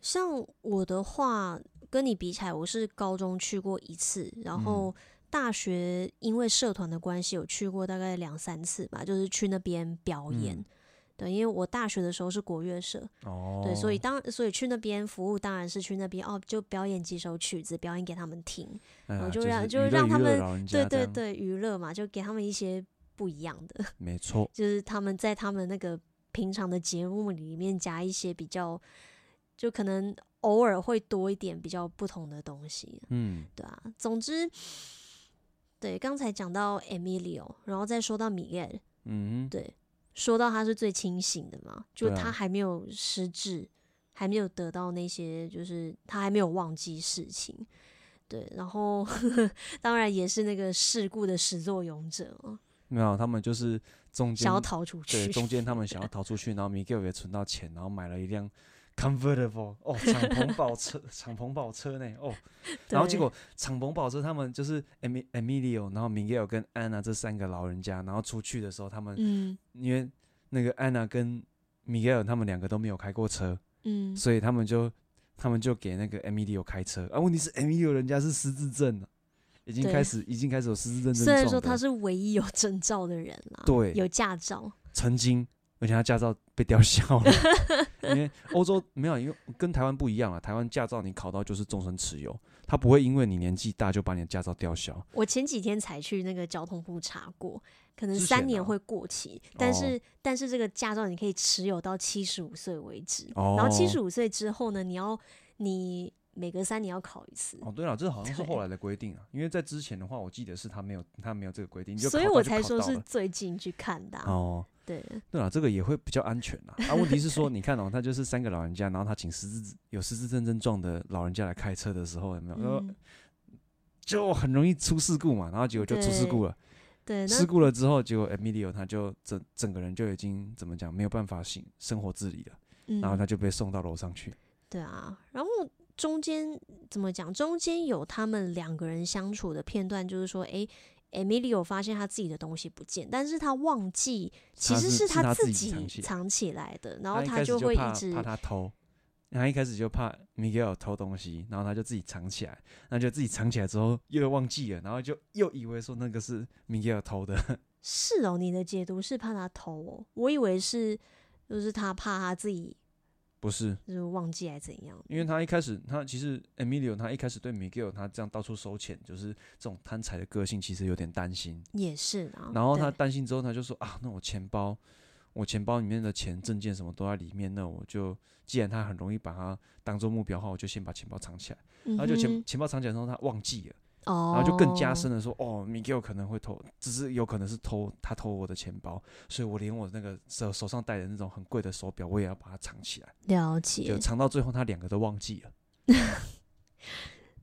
Speaker 2: 像我的话，跟你比起来，我是高中去过一次，
Speaker 1: 嗯
Speaker 2: 然后大学因为社团的关系，有去过大概两三次吧，就是去那边表演。
Speaker 1: 嗯
Speaker 2: 对，因为我大学的时候是国乐社，
Speaker 1: 哦，
Speaker 2: 对，所以当所以去那边服务当然是去那边哦，就表演几首曲子，表演给他们听，
Speaker 1: 哎呀
Speaker 2: 我就
Speaker 1: 就
Speaker 2: 让
Speaker 1: 是
Speaker 2: 就是
Speaker 1: 娱乐
Speaker 2: 让
Speaker 1: 娱
Speaker 2: 他
Speaker 1: 乐
Speaker 2: 们
Speaker 1: 老人
Speaker 2: 对
Speaker 1: 家这
Speaker 2: 对
Speaker 1: 样，
Speaker 2: 对，娱乐嘛，就给他们一些不一样的，
Speaker 1: 没错，
Speaker 2: 就是他们在他们那个平常的节目里面加一些比较，就可能偶尔会多一点比较不同的东西，
Speaker 1: 嗯，
Speaker 2: 对啊。总之，对，刚才讲到 Emilio，然后再说到米耶，
Speaker 1: 嗯哼，
Speaker 2: 对，说到他是最清醒的嘛，就
Speaker 1: 对啊
Speaker 2: 他还没有失智，还没有得到那些，就是他还没有忘记事情。对，然后 当然也是那个事故的始作俑者哦，
Speaker 1: 没有，他们就是中间
Speaker 2: 想要逃出去
Speaker 1: 对，。中间他们想要逃出去，然后 Miguel 也存到钱，然后买了一辆 convertible，哦， 敞篷跑车，敞篷跑车呢，哦，然后结
Speaker 2: 对
Speaker 1: 果敞篷跑车他们就是 Emi- Emilio，然后 Miguel 跟 Anna 这三个老人家，然后出去的时候，他们、
Speaker 2: 嗯
Speaker 1: 因为那个 Anna 跟 Miguel 他们两个都没有开过车，
Speaker 2: 嗯，
Speaker 1: 所以他们就他们就给那个 Emilio 开车，啊，问题是 Emilio 人家是失智症了。啊已经
Speaker 2: 对
Speaker 1: 开始，已经开始有失智症症
Speaker 2: 虽
Speaker 1: 状的。
Speaker 2: 然说他是唯一有证照的人啦，
Speaker 1: 对
Speaker 2: 有驾照，
Speaker 1: 曾经，而且他驾照被吊销了，因为欧洲没有，因为跟台湾不一样啊，台湾驾照你考到就是终身持有，他不会因为你年纪大就把你的驾照吊销。
Speaker 2: 我前几天才去那个交通部查过，可能
Speaker 1: 之
Speaker 2: 三
Speaker 1: 前
Speaker 2: 年
Speaker 1: 啊
Speaker 2: 会过期，但
Speaker 1: 哦
Speaker 2: 是、但是这个驾照你可以持有到七十五岁为止，
Speaker 1: 哦
Speaker 2: 然后七十五岁之后呢，你要你每隔三年要考一次，
Speaker 1: 哦，对了，这好像是
Speaker 2: 对
Speaker 1: 后来的规定啊，因为在之前的话，我记得是他没有他没有这个规定，你就
Speaker 2: 所以
Speaker 1: 考到
Speaker 2: 我
Speaker 1: 就
Speaker 2: 才
Speaker 1: 考
Speaker 2: 说
Speaker 1: 到
Speaker 2: 是
Speaker 1: 了
Speaker 2: 最近去看的啊、
Speaker 1: 哦。
Speaker 2: 对，
Speaker 1: 对了，这个也会比较安全 啦。啊，问题是说，你看哦，他就是三个老人家，然后他请失智有失智症症状的老人家来开车的时候，有没有？呃
Speaker 2: 嗯，
Speaker 1: 就很容易出事故嘛，然后结果就出事故
Speaker 2: 对
Speaker 1: 了。
Speaker 2: 对，
Speaker 1: 事
Speaker 2: 那
Speaker 1: 故了之后，结果 Emilio 他就整整个人就已经怎么讲，没有办法行生活自理了，
Speaker 2: 嗯
Speaker 1: 然后他就被送到楼上去。
Speaker 2: 对啊，然后中间怎么讲？中间有他们两个人相处的片段，就是说，诶 e m i l i o 发现他自己的东西不见，但是他忘记其
Speaker 1: 他
Speaker 2: 实
Speaker 1: 是是
Speaker 2: 他
Speaker 1: 他自己
Speaker 2: 己
Speaker 1: 藏起来
Speaker 2: 藏起来的，然后
Speaker 1: 一
Speaker 2: 他
Speaker 1: 开始
Speaker 2: 就
Speaker 1: 就
Speaker 2: 会
Speaker 1: 怕
Speaker 2: 一直
Speaker 1: 怕他偷，他一开始就怕 Miguel 偷东西，然后他就自己藏起来，然后就自己藏起来之后又忘记了，然后就又以为说那个是 Miguel 偷的。
Speaker 2: 是哦，你的解读是怕他偷哦，我以为是就是他怕他自己
Speaker 1: 不是，
Speaker 2: 就是忘记还怎样，
Speaker 1: 因为他一开始他其实 Emilio 他一开始对 Miguel 他这样到处收钱，就是这种贪财的个性，其实有点担心。
Speaker 2: 也是啊。
Speaker 1: 然后他
Speaker 2: 对
Speaker 1: 担心之后，他就说啊，那我钱包，我钱包里面的钱、证件什么都在里面，那我就既然他很容易把它当做目标的话，我就先把钱包藏起来。
Speaker 2: 嗯
Speaker 1: 然后就钱
Speaker 2: 哼
Speaker 1: 钱包藏起来之后，他忘记了，
Speaker 2: 哦，
Speaker 1: 然后就更加深了说，哦，Miguel 可能会偷，只是有可能是偷他偷我的钱包，所以我连我那个手手上戴的那种很贵的手表，我也要把它藏起来，
Speaker 2: 了
Speaker 1: 就
Speaker 2: 解，
Speaker 1: 藏到最后他两个都忘记了。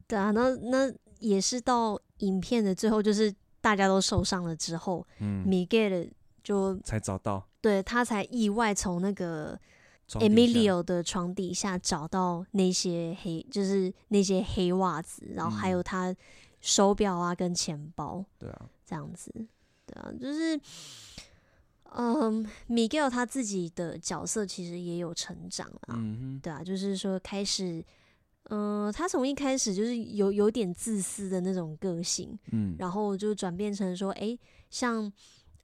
Speaker 2: 对啊，那那也是到影片的最后，就是大家都受伤了之后，
Speaker 1: 嗯，
Speaker 2: 米盖的就
Speaker 1: 才找到
Speaker 2: 对他才意外从那个
Speaker 1: 床底下
Speaker 2: Emilio 的床底下找到那些黑，就是那些黑袜子，然后还有
Speaker 1: 嗯
Speaker 2: 他手表啊跟钱包
Speaker 1: 对啊，
Speaker 2: 这样子，对啊，就是。嗯，米盖尔他自己的角色其实也有成长啦，
Speaker 1: 嗯
Speaker 2: 对啊，就是说开始，嗯、他从一开始就是有有点自私的那种个性，
Speaker 1: 哼嗯，
Speaker 2: 然后就转变成说，诶，像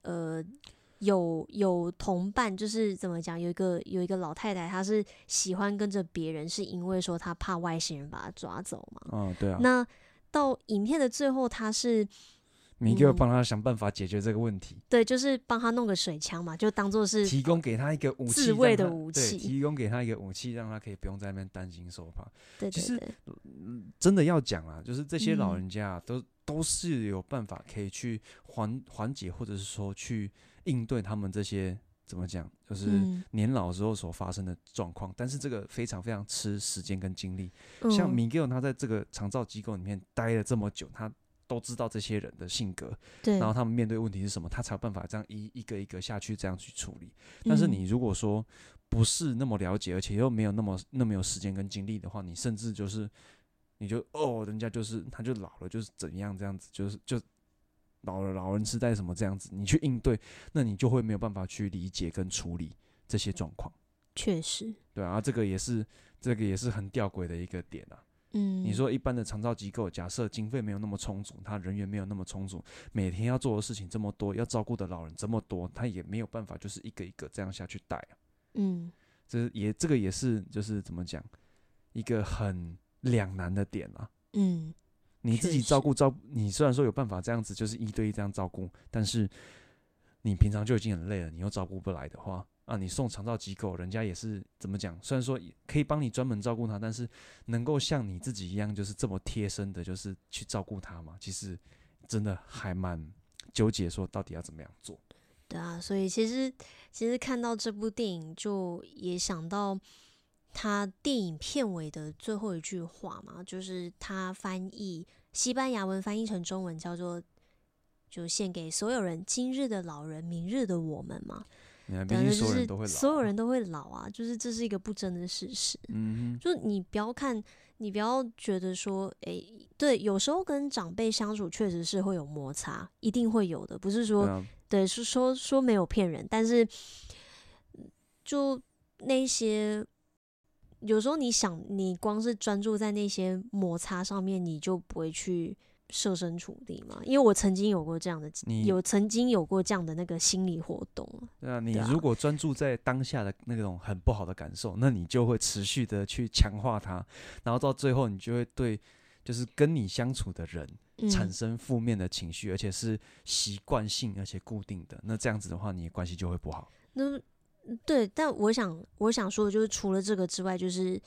Speaker 2: 呃有有同伴，就是怎么讲，有一个有一个老太太，她是喜欢跟着别人，是因为说她怕外星人把她抓走嘛。
Speaker 1: 哦，对啊，
Speaker 2: 那到影片的最后，她是
Speaker 1: 米格尔
Speaker 2: 嗯
Speaker 1: 帮他想办法解决这个问题，
Speaker 2: 对，就是帮她弄个水枪嘛，就当做是
Speaker 1: 提供给他一个武器，
Speaker 2: 自卫
Speaker 1: 让
Speaker 2: 的
Speaker 1: 他
Speaker 2: 武
Speaker 1: 对
Speaker 2: 器
Speaker 1: 提供给他一个武器，让他可以不用在那边担惊受怕。
Speaker 2: 对
Speaker 1: 其
Speaker 2: 对
Speaker 1: 实
Speaker 2: 对，
Speaker 1: 真的要讲啊，就是这些老
Speaker 2: 嗯
Speaker 1: 人家、啊都都是有办法可以去缓缓解，或者是说去应对他们这些怎么讲，就是
Speaker 2: 嗯
Speaker 1: 年老之后所发生的状况。但是这个非常非常吃时间跟精力。像
Speaker 2: 嗯
Speaker 1: Miguel 他在这个长照机构里面待了这么久，他都知道这些人的性格，
Speaker 2: 嗯对，
Speaker 1: 然后他们面对问题是什么，他才有办法这样一一个一个下去这样去处理。但是
Speaker 2: 嗯
Speaker 1: 你如果说不是那么了解，而且又没有那么那么有时间跟精力的话，你甚至就是你就哦，人家就是他就老了，就是怎样这样子，就是就老老人痴呆什么这样子，你去应对，那你就会没有办法去理解跟处理这些状况，
Speaker 2: 确实，
Speaker 1: 对啊，这个也是这个也是很吊诡的一个点啊。
Speaker 2: 嗯，
Speaker 1: 你说一般的长照机构，假设经费没有那么充足，他人员没有那么充足，每天要做的事情这么多，要照顾的老人这么多，他也没有办法就是一个一个这样下去带啊。
Speaker 2: 嗯，
Speaker 1: 这也这个也是就是怎么讲，一个很两难的点啊。
Speaker 2: 嗯，
Speaker 1: 你自己
Speaker 2: 确
Speaker 1: 照
Speaker 2: 实
Speaker 1: 顾照，你虽然说有办法这样子，就是一对一这样照顾，但是你平常就已经很累了，你又照顾不来的话，啊，你送长照机构，人家也是怎么讲？虽然说也可以帮你专门照顾他，但是能够像你自己一样，就是这么贴身的，就是去照顾他嘛，其实真的还蛮纠结，说到底要怎么样做。
Speaker 2: 对啊，所以其实其实看到这部电影，就也想到他电影片尾的最后一句话嘛，就是他翻译西班牙文翻译成中文叫做“就献给所有人，今日的老人，明日的我们”嘛。
Speaker 1: 你看，毕
Speaker 2: 对啊，那
Speaker 1: 竟
Speaker 2: 就
Speaker 1: 所有
Speaker 2: 是
Speaker 1: 人都会老，
Speaker 2: 所有人都会老啊，就是这是一个不争的事实。
Speaker 1: 嗯哼，
Speaker 2: 就你不要看，你不要觉得说，诶、对，有时候跟长辈相处确实是会有摩擦，一定会有的，不是说
Speaker 1: 对啊，
Speaker 2: 对，是说说没有骗人，但是就那些有时候你想，你光是专注在那些摩擦上面，你就不会去设身处地嘛。因为我曾经有过这样的，
Speaker 1: 你
Speaker 2: 有曾经有过这样的那个心理活动啊，
Speaker 1: 对啊，你
Speaker 2: 对啊
Speaker 1: 如果专注在当下的那种很不好的感受，那你就会持续的去强化它，然后到最后你就会对就是跟你相处的人
Speaker 2: 嗯，
Speaker 1: 产生负面的情绪，而且是习惯性而且固定的。那这样子的话，你的关系就会不好。
Speaker 2: 那对，但我想我想说的就是，除了这个之外，就是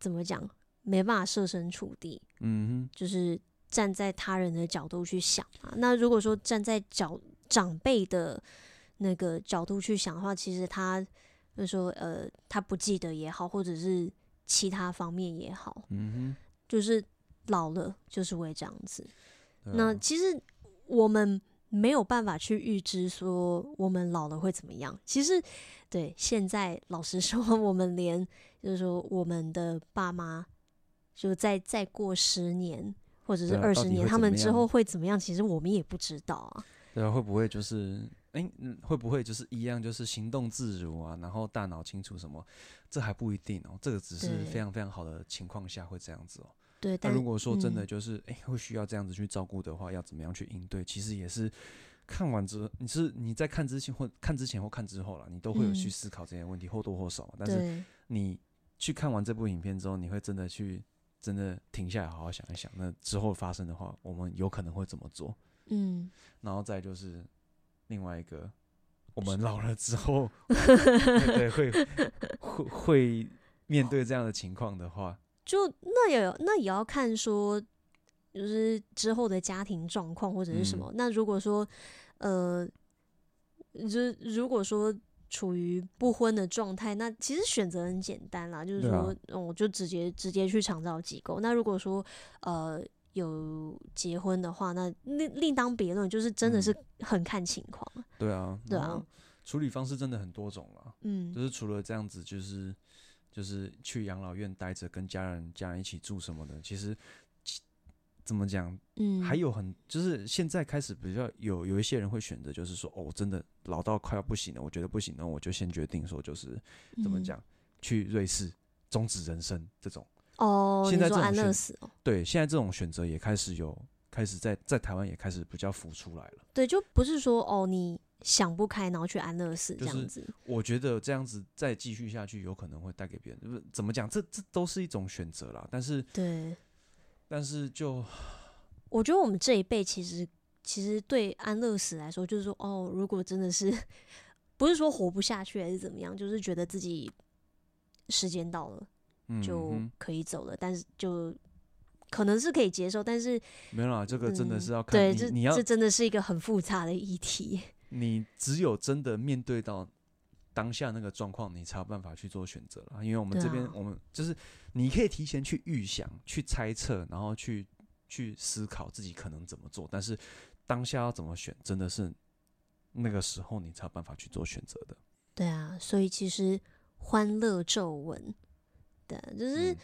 Speaker 2: 怎么讲，没办法设身处地，
Speaker 1: 嗯
Speaker 2: 就是站在他人的角度去想啊。那如果说站在角长辈的那个角度去想的话，其实他就是说呃，他不记得也好，或者是其他方面也好，
Speaker 1: 哼，嗯
Speaker 2: 就是老了就是会这样子。
Speaker 1: 哼，对啊
Speaker 2: 那其实我们没有办法去预知说我们老了会怎么样。其实，对现在老实说，我们连就是说我们的爸妈，就再再过十年或者是
Speaker 1: 对啊
Speaker 2: 二
Speaker 1: 到
Speaker 2: 十
Speaker 1: 底
Speaker 2: 年，
Speaker 1: 会
Speaker 2: 他
Speaker 1: 怎
Speaker 2: 们
Speaker 1: 么
Speaker 2: 之
Speaker 1: 样
Speaker 2: 后会怎么样？其实我们也不知道啊。
Speaker 1: 对啊，会不会就是哎、嗯会不会就是一样，就是行动自如啊，然后大脑清楚什么？这还不一定哦，这个只是
Speaker 2: 对
Speaker 1: 非常非常好的情况下会这样子哦。
Speaker 2: 对，
Speaker 1: 那
Speaker 2: 但
Speaker 1: 如果说真的
Speaker 2: 嗯
Speaker 1: 就是哎、诶会需要这样子去照顾的话，要怎么样去应对？其实也是看完之后，你是你在看之前或看之前或看之后啦，你都会有去
Speaker 2: 嗯
Speaker 1: 思考这些问题，或多或少嘛。但是
Speaker 2: 对
Speaker 1: 你去看完这部影片之后，你会真的去真的停下来好好想一想，那之后发生的话，我们有可能会怎么做？
Speaker 2: 嗯，
Speaker 1: 然后再就是另外一个，我们老了之后， 对会会会面对这样的情况的话，
Speaker 2: 就那也有那也要看说，就是之后的家庭状况或者是什
Speaker 1: 嗯
Speaker 2: 么。那如果说，呃，就是如果说处于不婚的状态，那其实选择很简单啦，就是
Speaker 1: 对啊
Speaker 2: 说，嗯，我就直接直接去长照机构。那如果说，呃。有结婚的话，那另另当别论，就是真的
Speaker 1: 嗯
Speaker 2: 是很看情况。
Speaker 1: 对啊，
Speaker 2: 对
Speaker 1: 然
Speaker 2: 啊
Speaker 1: 后处理方式真的很多种啦。
Speaker 2: 嗯，
Speaker 1: 就是除了这样子，就是就是去养老院待着，跟家人家人一起住什么的，其实其怎么讲，
Speaker 2: 嗯，
Speaker 1: 还有很就是现在开始比较有有一些人会选择，就是说哦，真的老到快要不行了，我觉得不行了，我就先决定说就是怎么
Speaker 2: 嗯
Speaker 1: 讲，去瑞士终止人生这种。
Speaker 2: 哦，
Speaker 1: 现
Speaker 2: 你
Speaker 1: 在
Speaker 2: 说
Speaker 1: 这种
Speaker 2: 安乐
Speaker 1: 选
Speaker 2: 死哦，
Speaker 1: 对，现在这种选择也开始有开始在在台湾也开始比较浮出来了。
Speaker 2: 对，就不是说哦你想不开，然后去安乐死这
Speaker 1: 就
Speaker 2: 样
Speaker 1: 是
Speaker 2: 子。
Speaker 1: 我觉得这样子再继续下去，有可能会带给别人，不怎么讲，这这都是一种选择啦。但是
Speaker 2: 对，
Speaker 1: 但是就
Speaker 2: 我觉得我们这一辈其实其实对安乐死来说，就是说哦，如果真的是不是说活不下去还是怎么样，就是觉得自己时间到了
Speaker 1: 嗯
Speaker 2: 就
Speaker 1: 哼
Speaker 2: 可以走了，但是就可能是可以接受，但是
Speaker 1: 没有啦，这个真的
Speaker 2: 嗯
Speaker 1: 是要看、
Speaker 2: 对，
Speaker 1: 你，
Speaker 2: 这
Speaker 1: 你要
Speaker 2: 这真的是一个很复杂的议题。
Speaker 1: 你只有真的面对到当下那个状况，你才有办法去做选择啦。因为我们
Speaker 2: 对
Speaker 1: 这边、
Speaker 2: 啊
Speaker 1: 我们就是你可以提前去预想、去猜测，然后去去思考自己可能怎么做，但是当下要怎么选，真的是那个时候你才有办法去做选择的。
Speaker 2: 对啊，所以其实欢乐皱纹，对，啊就是
Speaker 1: 嗯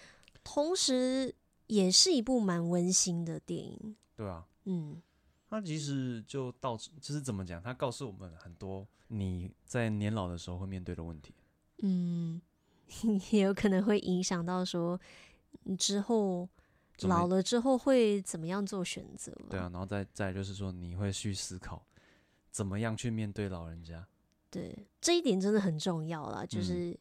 Speaker 2: 同时也是一部蛮温馨的电影。
Speaker 1: 对啊，
Speaker 2: 嗯，
Speaker 1: 他其实就到此，就是怎么讲，他告诉我们很多你在年老的时候会面对的问题。
Speaker 2: 嗯， 也有可能会影响到说你之后
Speaker 1: 怎么
Speaker 2: 老了之后会怎么样做选择吧。
Speaker 1: 对啊，然后再再来就是说，你会去思考怎么样去面对老人家。
Speaker 2: 对，这一点真的很重要啦，就
Speaker 1: 嗯
Speaker 2: 是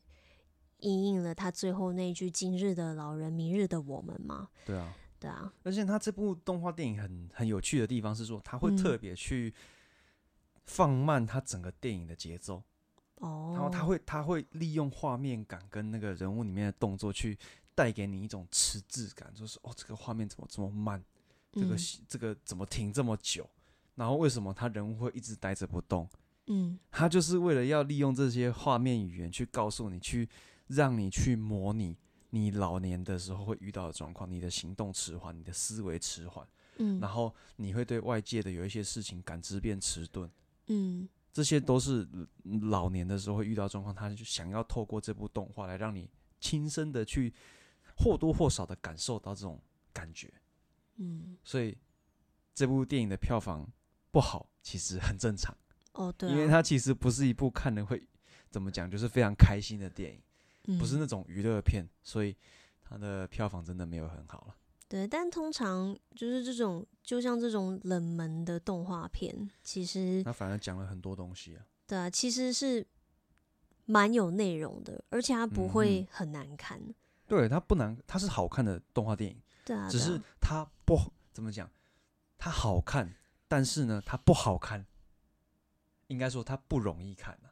Speaker 2: 应应了他最后那一句“今日的老人，明日的我们”嘛。
Speaker 1: 对啊，
Speaker 2: 对啊，
Speaker 1: 而且他这部动画电影很很有趣的地方是说，他会
Speaker 2: 嗯
Speaker 1: 特别去放慢他整个电影的节奏，
Speaker 2: 哦，
Speaker 1: 然后他会他会利用画面感跟那个人物里面的动作去带给你一种迟滞感，就是哦，这个画面怎么这么慢，这个、
Speaker 2: 嗯
Speaker 1: 戏这个怎么停这么久，然后为什么他人物会一直呆着不动？
Speaker 2: 嗯
Speaker 1: 他就是为了要利用这些画面语言去告诉你，去让你去模拟你老年的时候会遇到的状况，你的行动迟缓，你的思维迟缓，
Speaker 2: 嗯
Speaker 1: 然后你会对外界的有一些事情感知变迟钝，
Speaker 2: 嗯
Speaker 1: 这些都是嗯老年的时候会遇到的状况。他就想要透过这部动画来让你亲身的去或多或少的感受到这种感觉，
Speaker 2: 嗯，
Speaker 1: 所以这部电影的票房不好其实很正常。
Speaker 2: 哦，对、啊，
Speaker 1: 因为它其实不是一部看了会怎么讲，就是非常开心的电影，不是
Speaker 2: 嗯
Speaker 1: 那种娱乐片，所以它的票房真的没有很好了。
Speaker 2: 对，但通常就是这种，就像这种冷门的动画片，其实
Speaker 1: 那反而讲了很多东西啊，
Speaker 2: 对啊，其实是蛮有内容的，而且它不
Speaker 1: 嗯
Speaker 2: 会很难看。
Speaker 1: 对，它不难，它是好看的动画电影，
Speaker 2: 对啊，
Speaker 1: 只
Speaker 2: 对
Speaker 1: 是
Speaker 2: 啊
Speaker 1: 它不怎么讲，它好看，但是呢，它不好看，应该说它不容易看啊。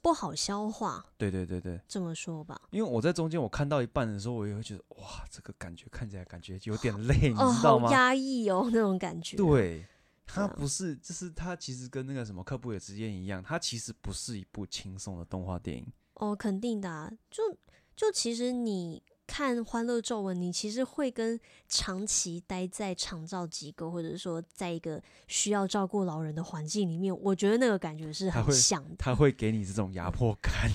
Speaker 2: 不好消化，
Speaker 1: 对对对对，
Speaker 2: 这么说吧。
Speaker 1: 因为我在中间我看到一半的时候，我也会觉得哇，这个感觉看起来感觉有点 累，你
Speaker 2: 哦，
Speaker 1: 知道
Speaker 2: 好
Speaker 1: 吗？
Speaker 2: 压抑哦， 那种感觉。
Speaker 1: 对，它
Speaker 2: 啊
Speaker 1: 不是，就是它其实跟那个什么《科布野之恋》一样，它其实不是一部轻松的动画电影。
Speaker 2: 哦，肯定的、啊，就就其实你看《欢乐皱纹》，你其实会跟长期待在长照机构，或者说在一个需要照顾老人的环境里面，我觉得那个感觉是
Speaker 1: 它
Speaker 2: 很
Speaker 1: 会
Speaker 2: 像的。
Speaker 1: 它会给你这种压迫 感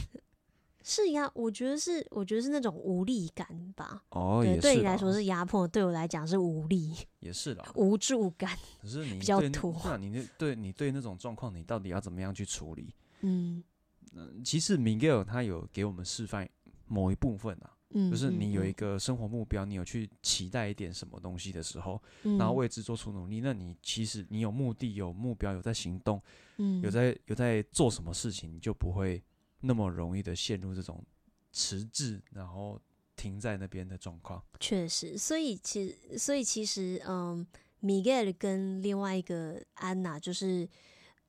Speaker 2: 是呀，我觉得是，我觉得是那种无力感吧。
Speaker 1: 哦，
Speaker 2: 对，
Speaker 1: 也
Speaker 2: 对
Speaker 1: 是
Speaker 2: 你来
Speaker 1: 啦
Speaker 2: 说是压迫，对我来讲是无力、
Speaker 1: 也是啦。
Speaker 2: 无助感。
Speaker 1: 可是你
Speaker 2: 比较
Speaker 1: 对
Speaker 2: 土
Speaker 1: 那，那你那对你对那种状况，你到底要怎么样去处理？
Speaker 2: 嗯
Speaker 1: 嗯，其实 Miguel 他有给我们示范某一部分啊，
Speaker 2: 嗯，
Speaker 1: 就是
Speaker 2: 嗯
Speaker 1: 你有一
Speaker 2: 嗯
Speaker 1: 个生活目标，你有去期待一点什么东西的时候，
Speaker 2: 嗯、
Speaker 1: 然后为之做出努力，那你其实你有目的、有目标、有在行动。
Speaker 2: 嗯
Speaker 1: 有在有在做什么事情，你就不会那么容易的陷入这种迟滞，然后停在那边的状况。
Speaker 2: 确实，所以其实，所以其实，嗯，Miguel 跟另外一个安娜，就是，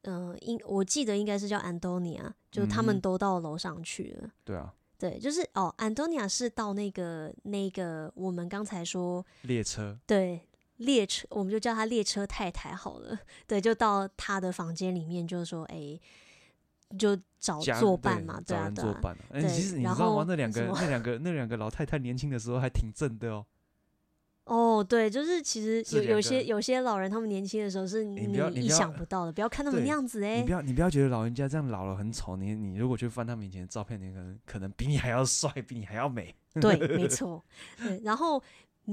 Speaker 2: 嗯、应我记得应该是叫 Antonia，就他
Speaker 1: 嗯
Speaker 2: 们都到楼上去了。
Speaker 1: 对啊，
Speaker 2: 对，就是哦，Antonia 是到那个那个我们刚才说
Speaker 1: 列车，
Speaker 2: 对列车，我们就叫她列车太太好了。对，就到她的房间里面，就说，哎，就找
Speaker 1: 家
Speaker 2: 作
Speaker 1: 对
Speaker 2: 伴嘛，对
Speaker 1: 找
Speaker 2: 啊，
Speaker 1: 人
Speaker 2: 对
Speaker 1: 作
Speaker 2: 啊。
Speaker 1: 伴啊。哎，
Speaker 2: 对
Speaker 1: 其实你
Speaker 2: 然
Speaker 1: 知道
Speaker 2: 后
Speaker 1: 吗？那两
Speaker 2: 什
Speaker 1: 个
Speaker 2: 么
Speaker 1: 那两个那两个老太太年轻的时候还挺正的哦。
Speaker 2: 哦，对，就是其实
Speaker 1: 是
Speaker 2: 有
Speaker 1: 两
Speaker 2: 有
Speaker 1: 个
Speaker 2: 些有些老人，他们年轻的时候是
Speaker 1: 你不要你
Speaker 2: 意
Speaker 1: 不要
Speaker 2: 想不到的，不要看他们
Speaker 1: 对
Speaker 2: 那样子哎、
Speaker 1: 你不要你不要觉得老人家这样老了很丑，你你如果去翻他们以前的照片，你可能可能比你还要帅，比你还要 美。
Speaker 2: 对， 没错，对。然后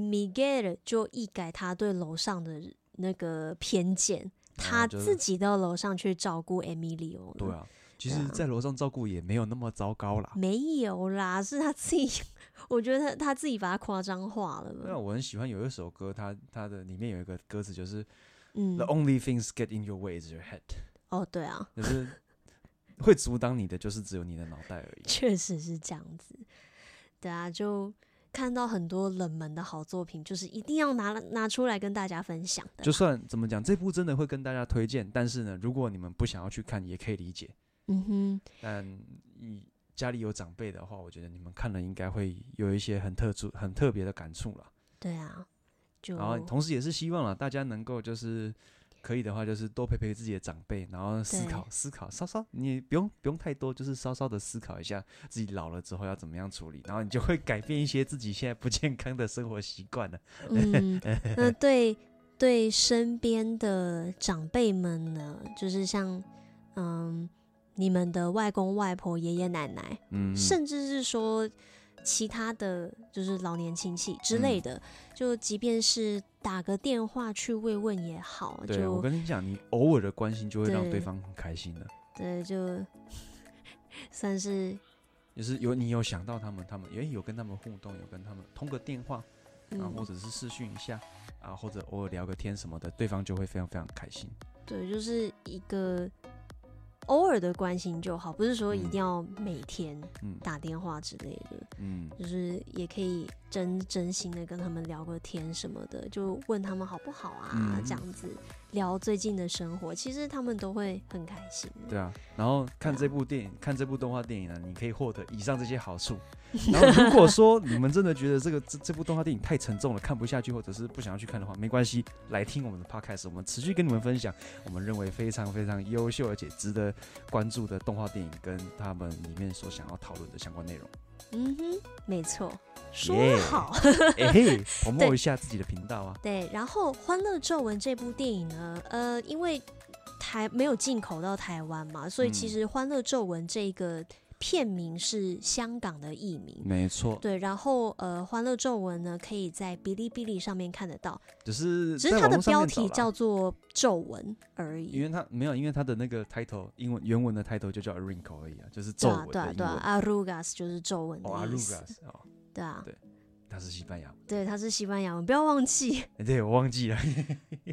Speaker 2: Miguel 就一改他对楼上的那个偏见，他
Speaker 1: 啊就是
Speaker 2: 自己到楼上去照顾 Emilio 了。
Speaker 1: 对啊，其
Speaker 2: 对
Speaker 1: 实
Speaker 2: 啊
Speaker 1: 在楼上照顾也没有那么糟糕啦。
Speaker 2: 没有啦，是他自己， 我觉得他他自己把它夸张化了
Speaker 1: 那
Speaker 2: 吧。
Speaker 1: 啊我很喜欢有一首歌，它它的里面有一个歌词就是
Speaker 2: 嗯
Speaker 1: The，only things get in your way is your head，
Speaker 2: 哦，对啊，
Speaker 1: 就是会阻挡你的就是只有你的脑袋而已。
Speaker 2: 确实 是这样子。对啊，就看到很多冷门的好作品，就是一定要拿拿出来跟大家分享的啦。
Speaker 1: 就算怎么讲，这部真的会跟大家推荐，但是呢，如果你们不想要去看，也可以理解。
Speaker 2: 嗯哼，
Speaker 1: 但以家里有长辈的话，我觉得你们看了应该会有一些很特殊、很特别的感触啦。
Speaker 2: 对啊，就
Speaker 1: 然后同时也是希望啦，大家能够就是可以的话，就是多陪陪自己的长辈，然后思
Speaker 2: 对
Speaker 1: 考思考，稍稍你也不用不用太多，就是稍稍的思考一下自己老了之后要怎么样处理，然后你就会改变一些自己现在不健康的生活习惯了。
Speaker 2: 嗯，那对对身边的长辈们呢，就是像嗯你们的外公外婆、爷爷奶奶，
Speaker 1: 嗯，
Speaker 2: 甚至是说其他的就是老年亲戚之
Speaker 1: 嗯
Speaker 2: 类的，就即便是打个电话去慰问也好，
Speaker 1: 对我
Speaker 2: 就
Speaker 1: 跟你讲，你偶尔的关心就会让
Speaker 2: 对
Speaker 1: 对方很开心的，
Speaker 2: 对就 算是
Speaker 1: 就是有你有想到他们，他们也有跟他们互动，有跟他们通个电话啊，或
Speaker 2: 嗯，
Speaker 1: 者是视讯一下啊，或者偶尔聊个天什么的，对方就会非常非常开心。
Speaker 2: 对，就是一个偶尔的关心就好，不是说一
Speaker 1: 嗯
Speaker 2: 定要每天
Speaker 1: 嗯
Speaker 2: 打电话之类的，
Speaker 1: 嗯，
Speaker 2: 就是也可以真真心的跟他们聊个天什么的，就问他们好不好啊，
Speaker 1: 嗯
Speaker 2: 这样子聊最近的生活，其实他们都会很开心的。
Speaker 1: 对啊。然后看这部电 影，看这部动画电影呢，你可以获得以上这些好处。然后如果说你们真的觉得这个这这部动画电影太沉重了，看不下去，或者是不想要去看的话，没关系，来听我们的 podcast，我们持续跟你们分享我们认为非常非常优秀而且值得关注的动画电影跟他们里面所想要讨论的相关 内容。
Speaker 2: 嗯哼，没错，说
Speaker 1: Yeah
Speaker 2: 好。
Speaker 1: 哎、嘿，我
Speaker 2: 对
Speaker 1: 摸一下自己的频道啊。
Speaker 2: 对，然后《欢乐皱纹》这部电影呢，呃，因为台没有进口到台湾嘛，所以其
Speaker 1: 嗯
Speaker 2: 实《欢乐皱纹》这个片名是香港的译名。
Speaker 1: 没错，
Speaker 2: 对，然后呃，《欢乐皱纹》呢，可以在哔哩哔哩上面看得到，
Speaker 1: 只是
Speaker 2: 只是
Speaker 1: 在
Speaker 2: 它
Speaker 1: 网
Speaker 2: 的
Speaker 1: 络上
Speaker 2: 标
Speaker 1: 面
Speaker 2: 题
Speaker 1: 找啦啊
Speaker 2: 叫做“皱纹”而已。
Speaker 1: 因为它没有，因为它的那个 title 英文原文的 title 就叫 a wrinkle 而已啊，就是皱
Speaker 2: 对啊
Speaker 1: 纹，
Speaker 2: 对啊
Speaker 1: 的，英
Speaker 2: 对
Speaker 1: 文。
Speaker 2: 啊，arrugas 就是皱纹
Speaker 1: 哦
Speaker 2: 的意思。
Speaker 1: ，arrugas 哦，
Speaker 2: 对啊，
Speaker 1: 对它是西班牙文。
Speaker 2: 对，它是西班牙文，不要忘记。
Speaker 1: 哎对，我忘记了，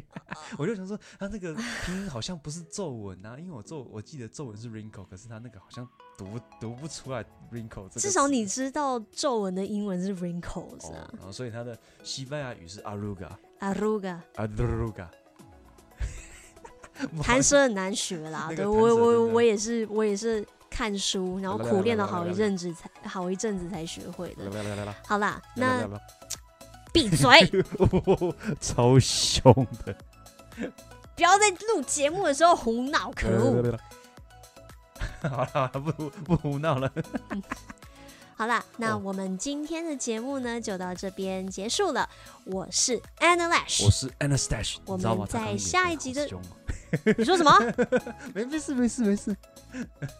Speaker 1: 我就想说它那个拼音好像不是皱纹啊，因为我皱我记得皱纹是 wrinkle，可是它那个好像读不读不出来 wrinkle 这个字。
Speaker 2: 至少你知道皱纹的英文是 wrinkles
Speaker 1: 哦
Speaker 2: 啊，
Speaker 1: 然后所以它的西班牙语是 arruga，arruga。
Speaker 2: ，arruga。
Speaker 1: 韩，
Speaker 2: 弹舌很难学啦
Speaker 1: 那个
Speaker 2: 对
Speaker 1: 弹
Speaker 2: 我
Speaker 1: 舌
Speaker 2: 我
Speaker 1: 真的
Speaker 2: 我也是我也是看书，然后
Speaker 1: 来来
Speaker 2: 苦
Speaker 1: 来
Speaker 2: 练了
Speaker 1: 来来
Speaker 2: 好一
Speaker 1: 来
Speaker 2: 阵子才好一阵子才学会
Speaker 1: 来
Speaker 2: 的。
Speaker 1: 来来来来，
Speaker 2: 好啦，
Speaker 1: 来
Speaker 2: 那哎
Speaker 1: 来来
Speaker 2: 闭嘴，
Speaker 1: 来 超凶的，
Speaker 2: 不要在录节目的时候胡闹，可恶！
Speaker 1: 恶！ 好了好了，不不胡闹了。
Speaker 2: 好啦，那
Speaker 1: 哦
Speaker 2: 我们今天的节目呢就到这边结束了。我是 Anna
Speaker 1: 我
Speaker 2: Lash，
Speaker 1: 是 Anastash，
Speaker 2: 我
Speaker 1: 你知道
Speaker 2: 们
Speaker 1: 吗？他
Speaker 2: 在
Speaker 1: 刚刚也
Speaker 2: 下
Speaker 1: 真
Speaker 2: 一
Speaker 1: 好
Speaker 2: 集的
Speaker 1: 凶哦
Speaker 2: 你说什么？
Speaker 1: 没没事没事没事。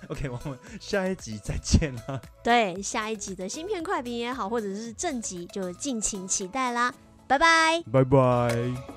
Speaker 1: OK，我们下一集再见啦，
Speaker 2: 对，下一集的芯片快评也好，或者是正集，就敬请期待啦，拜拜。
Speaker 1: 拜拜。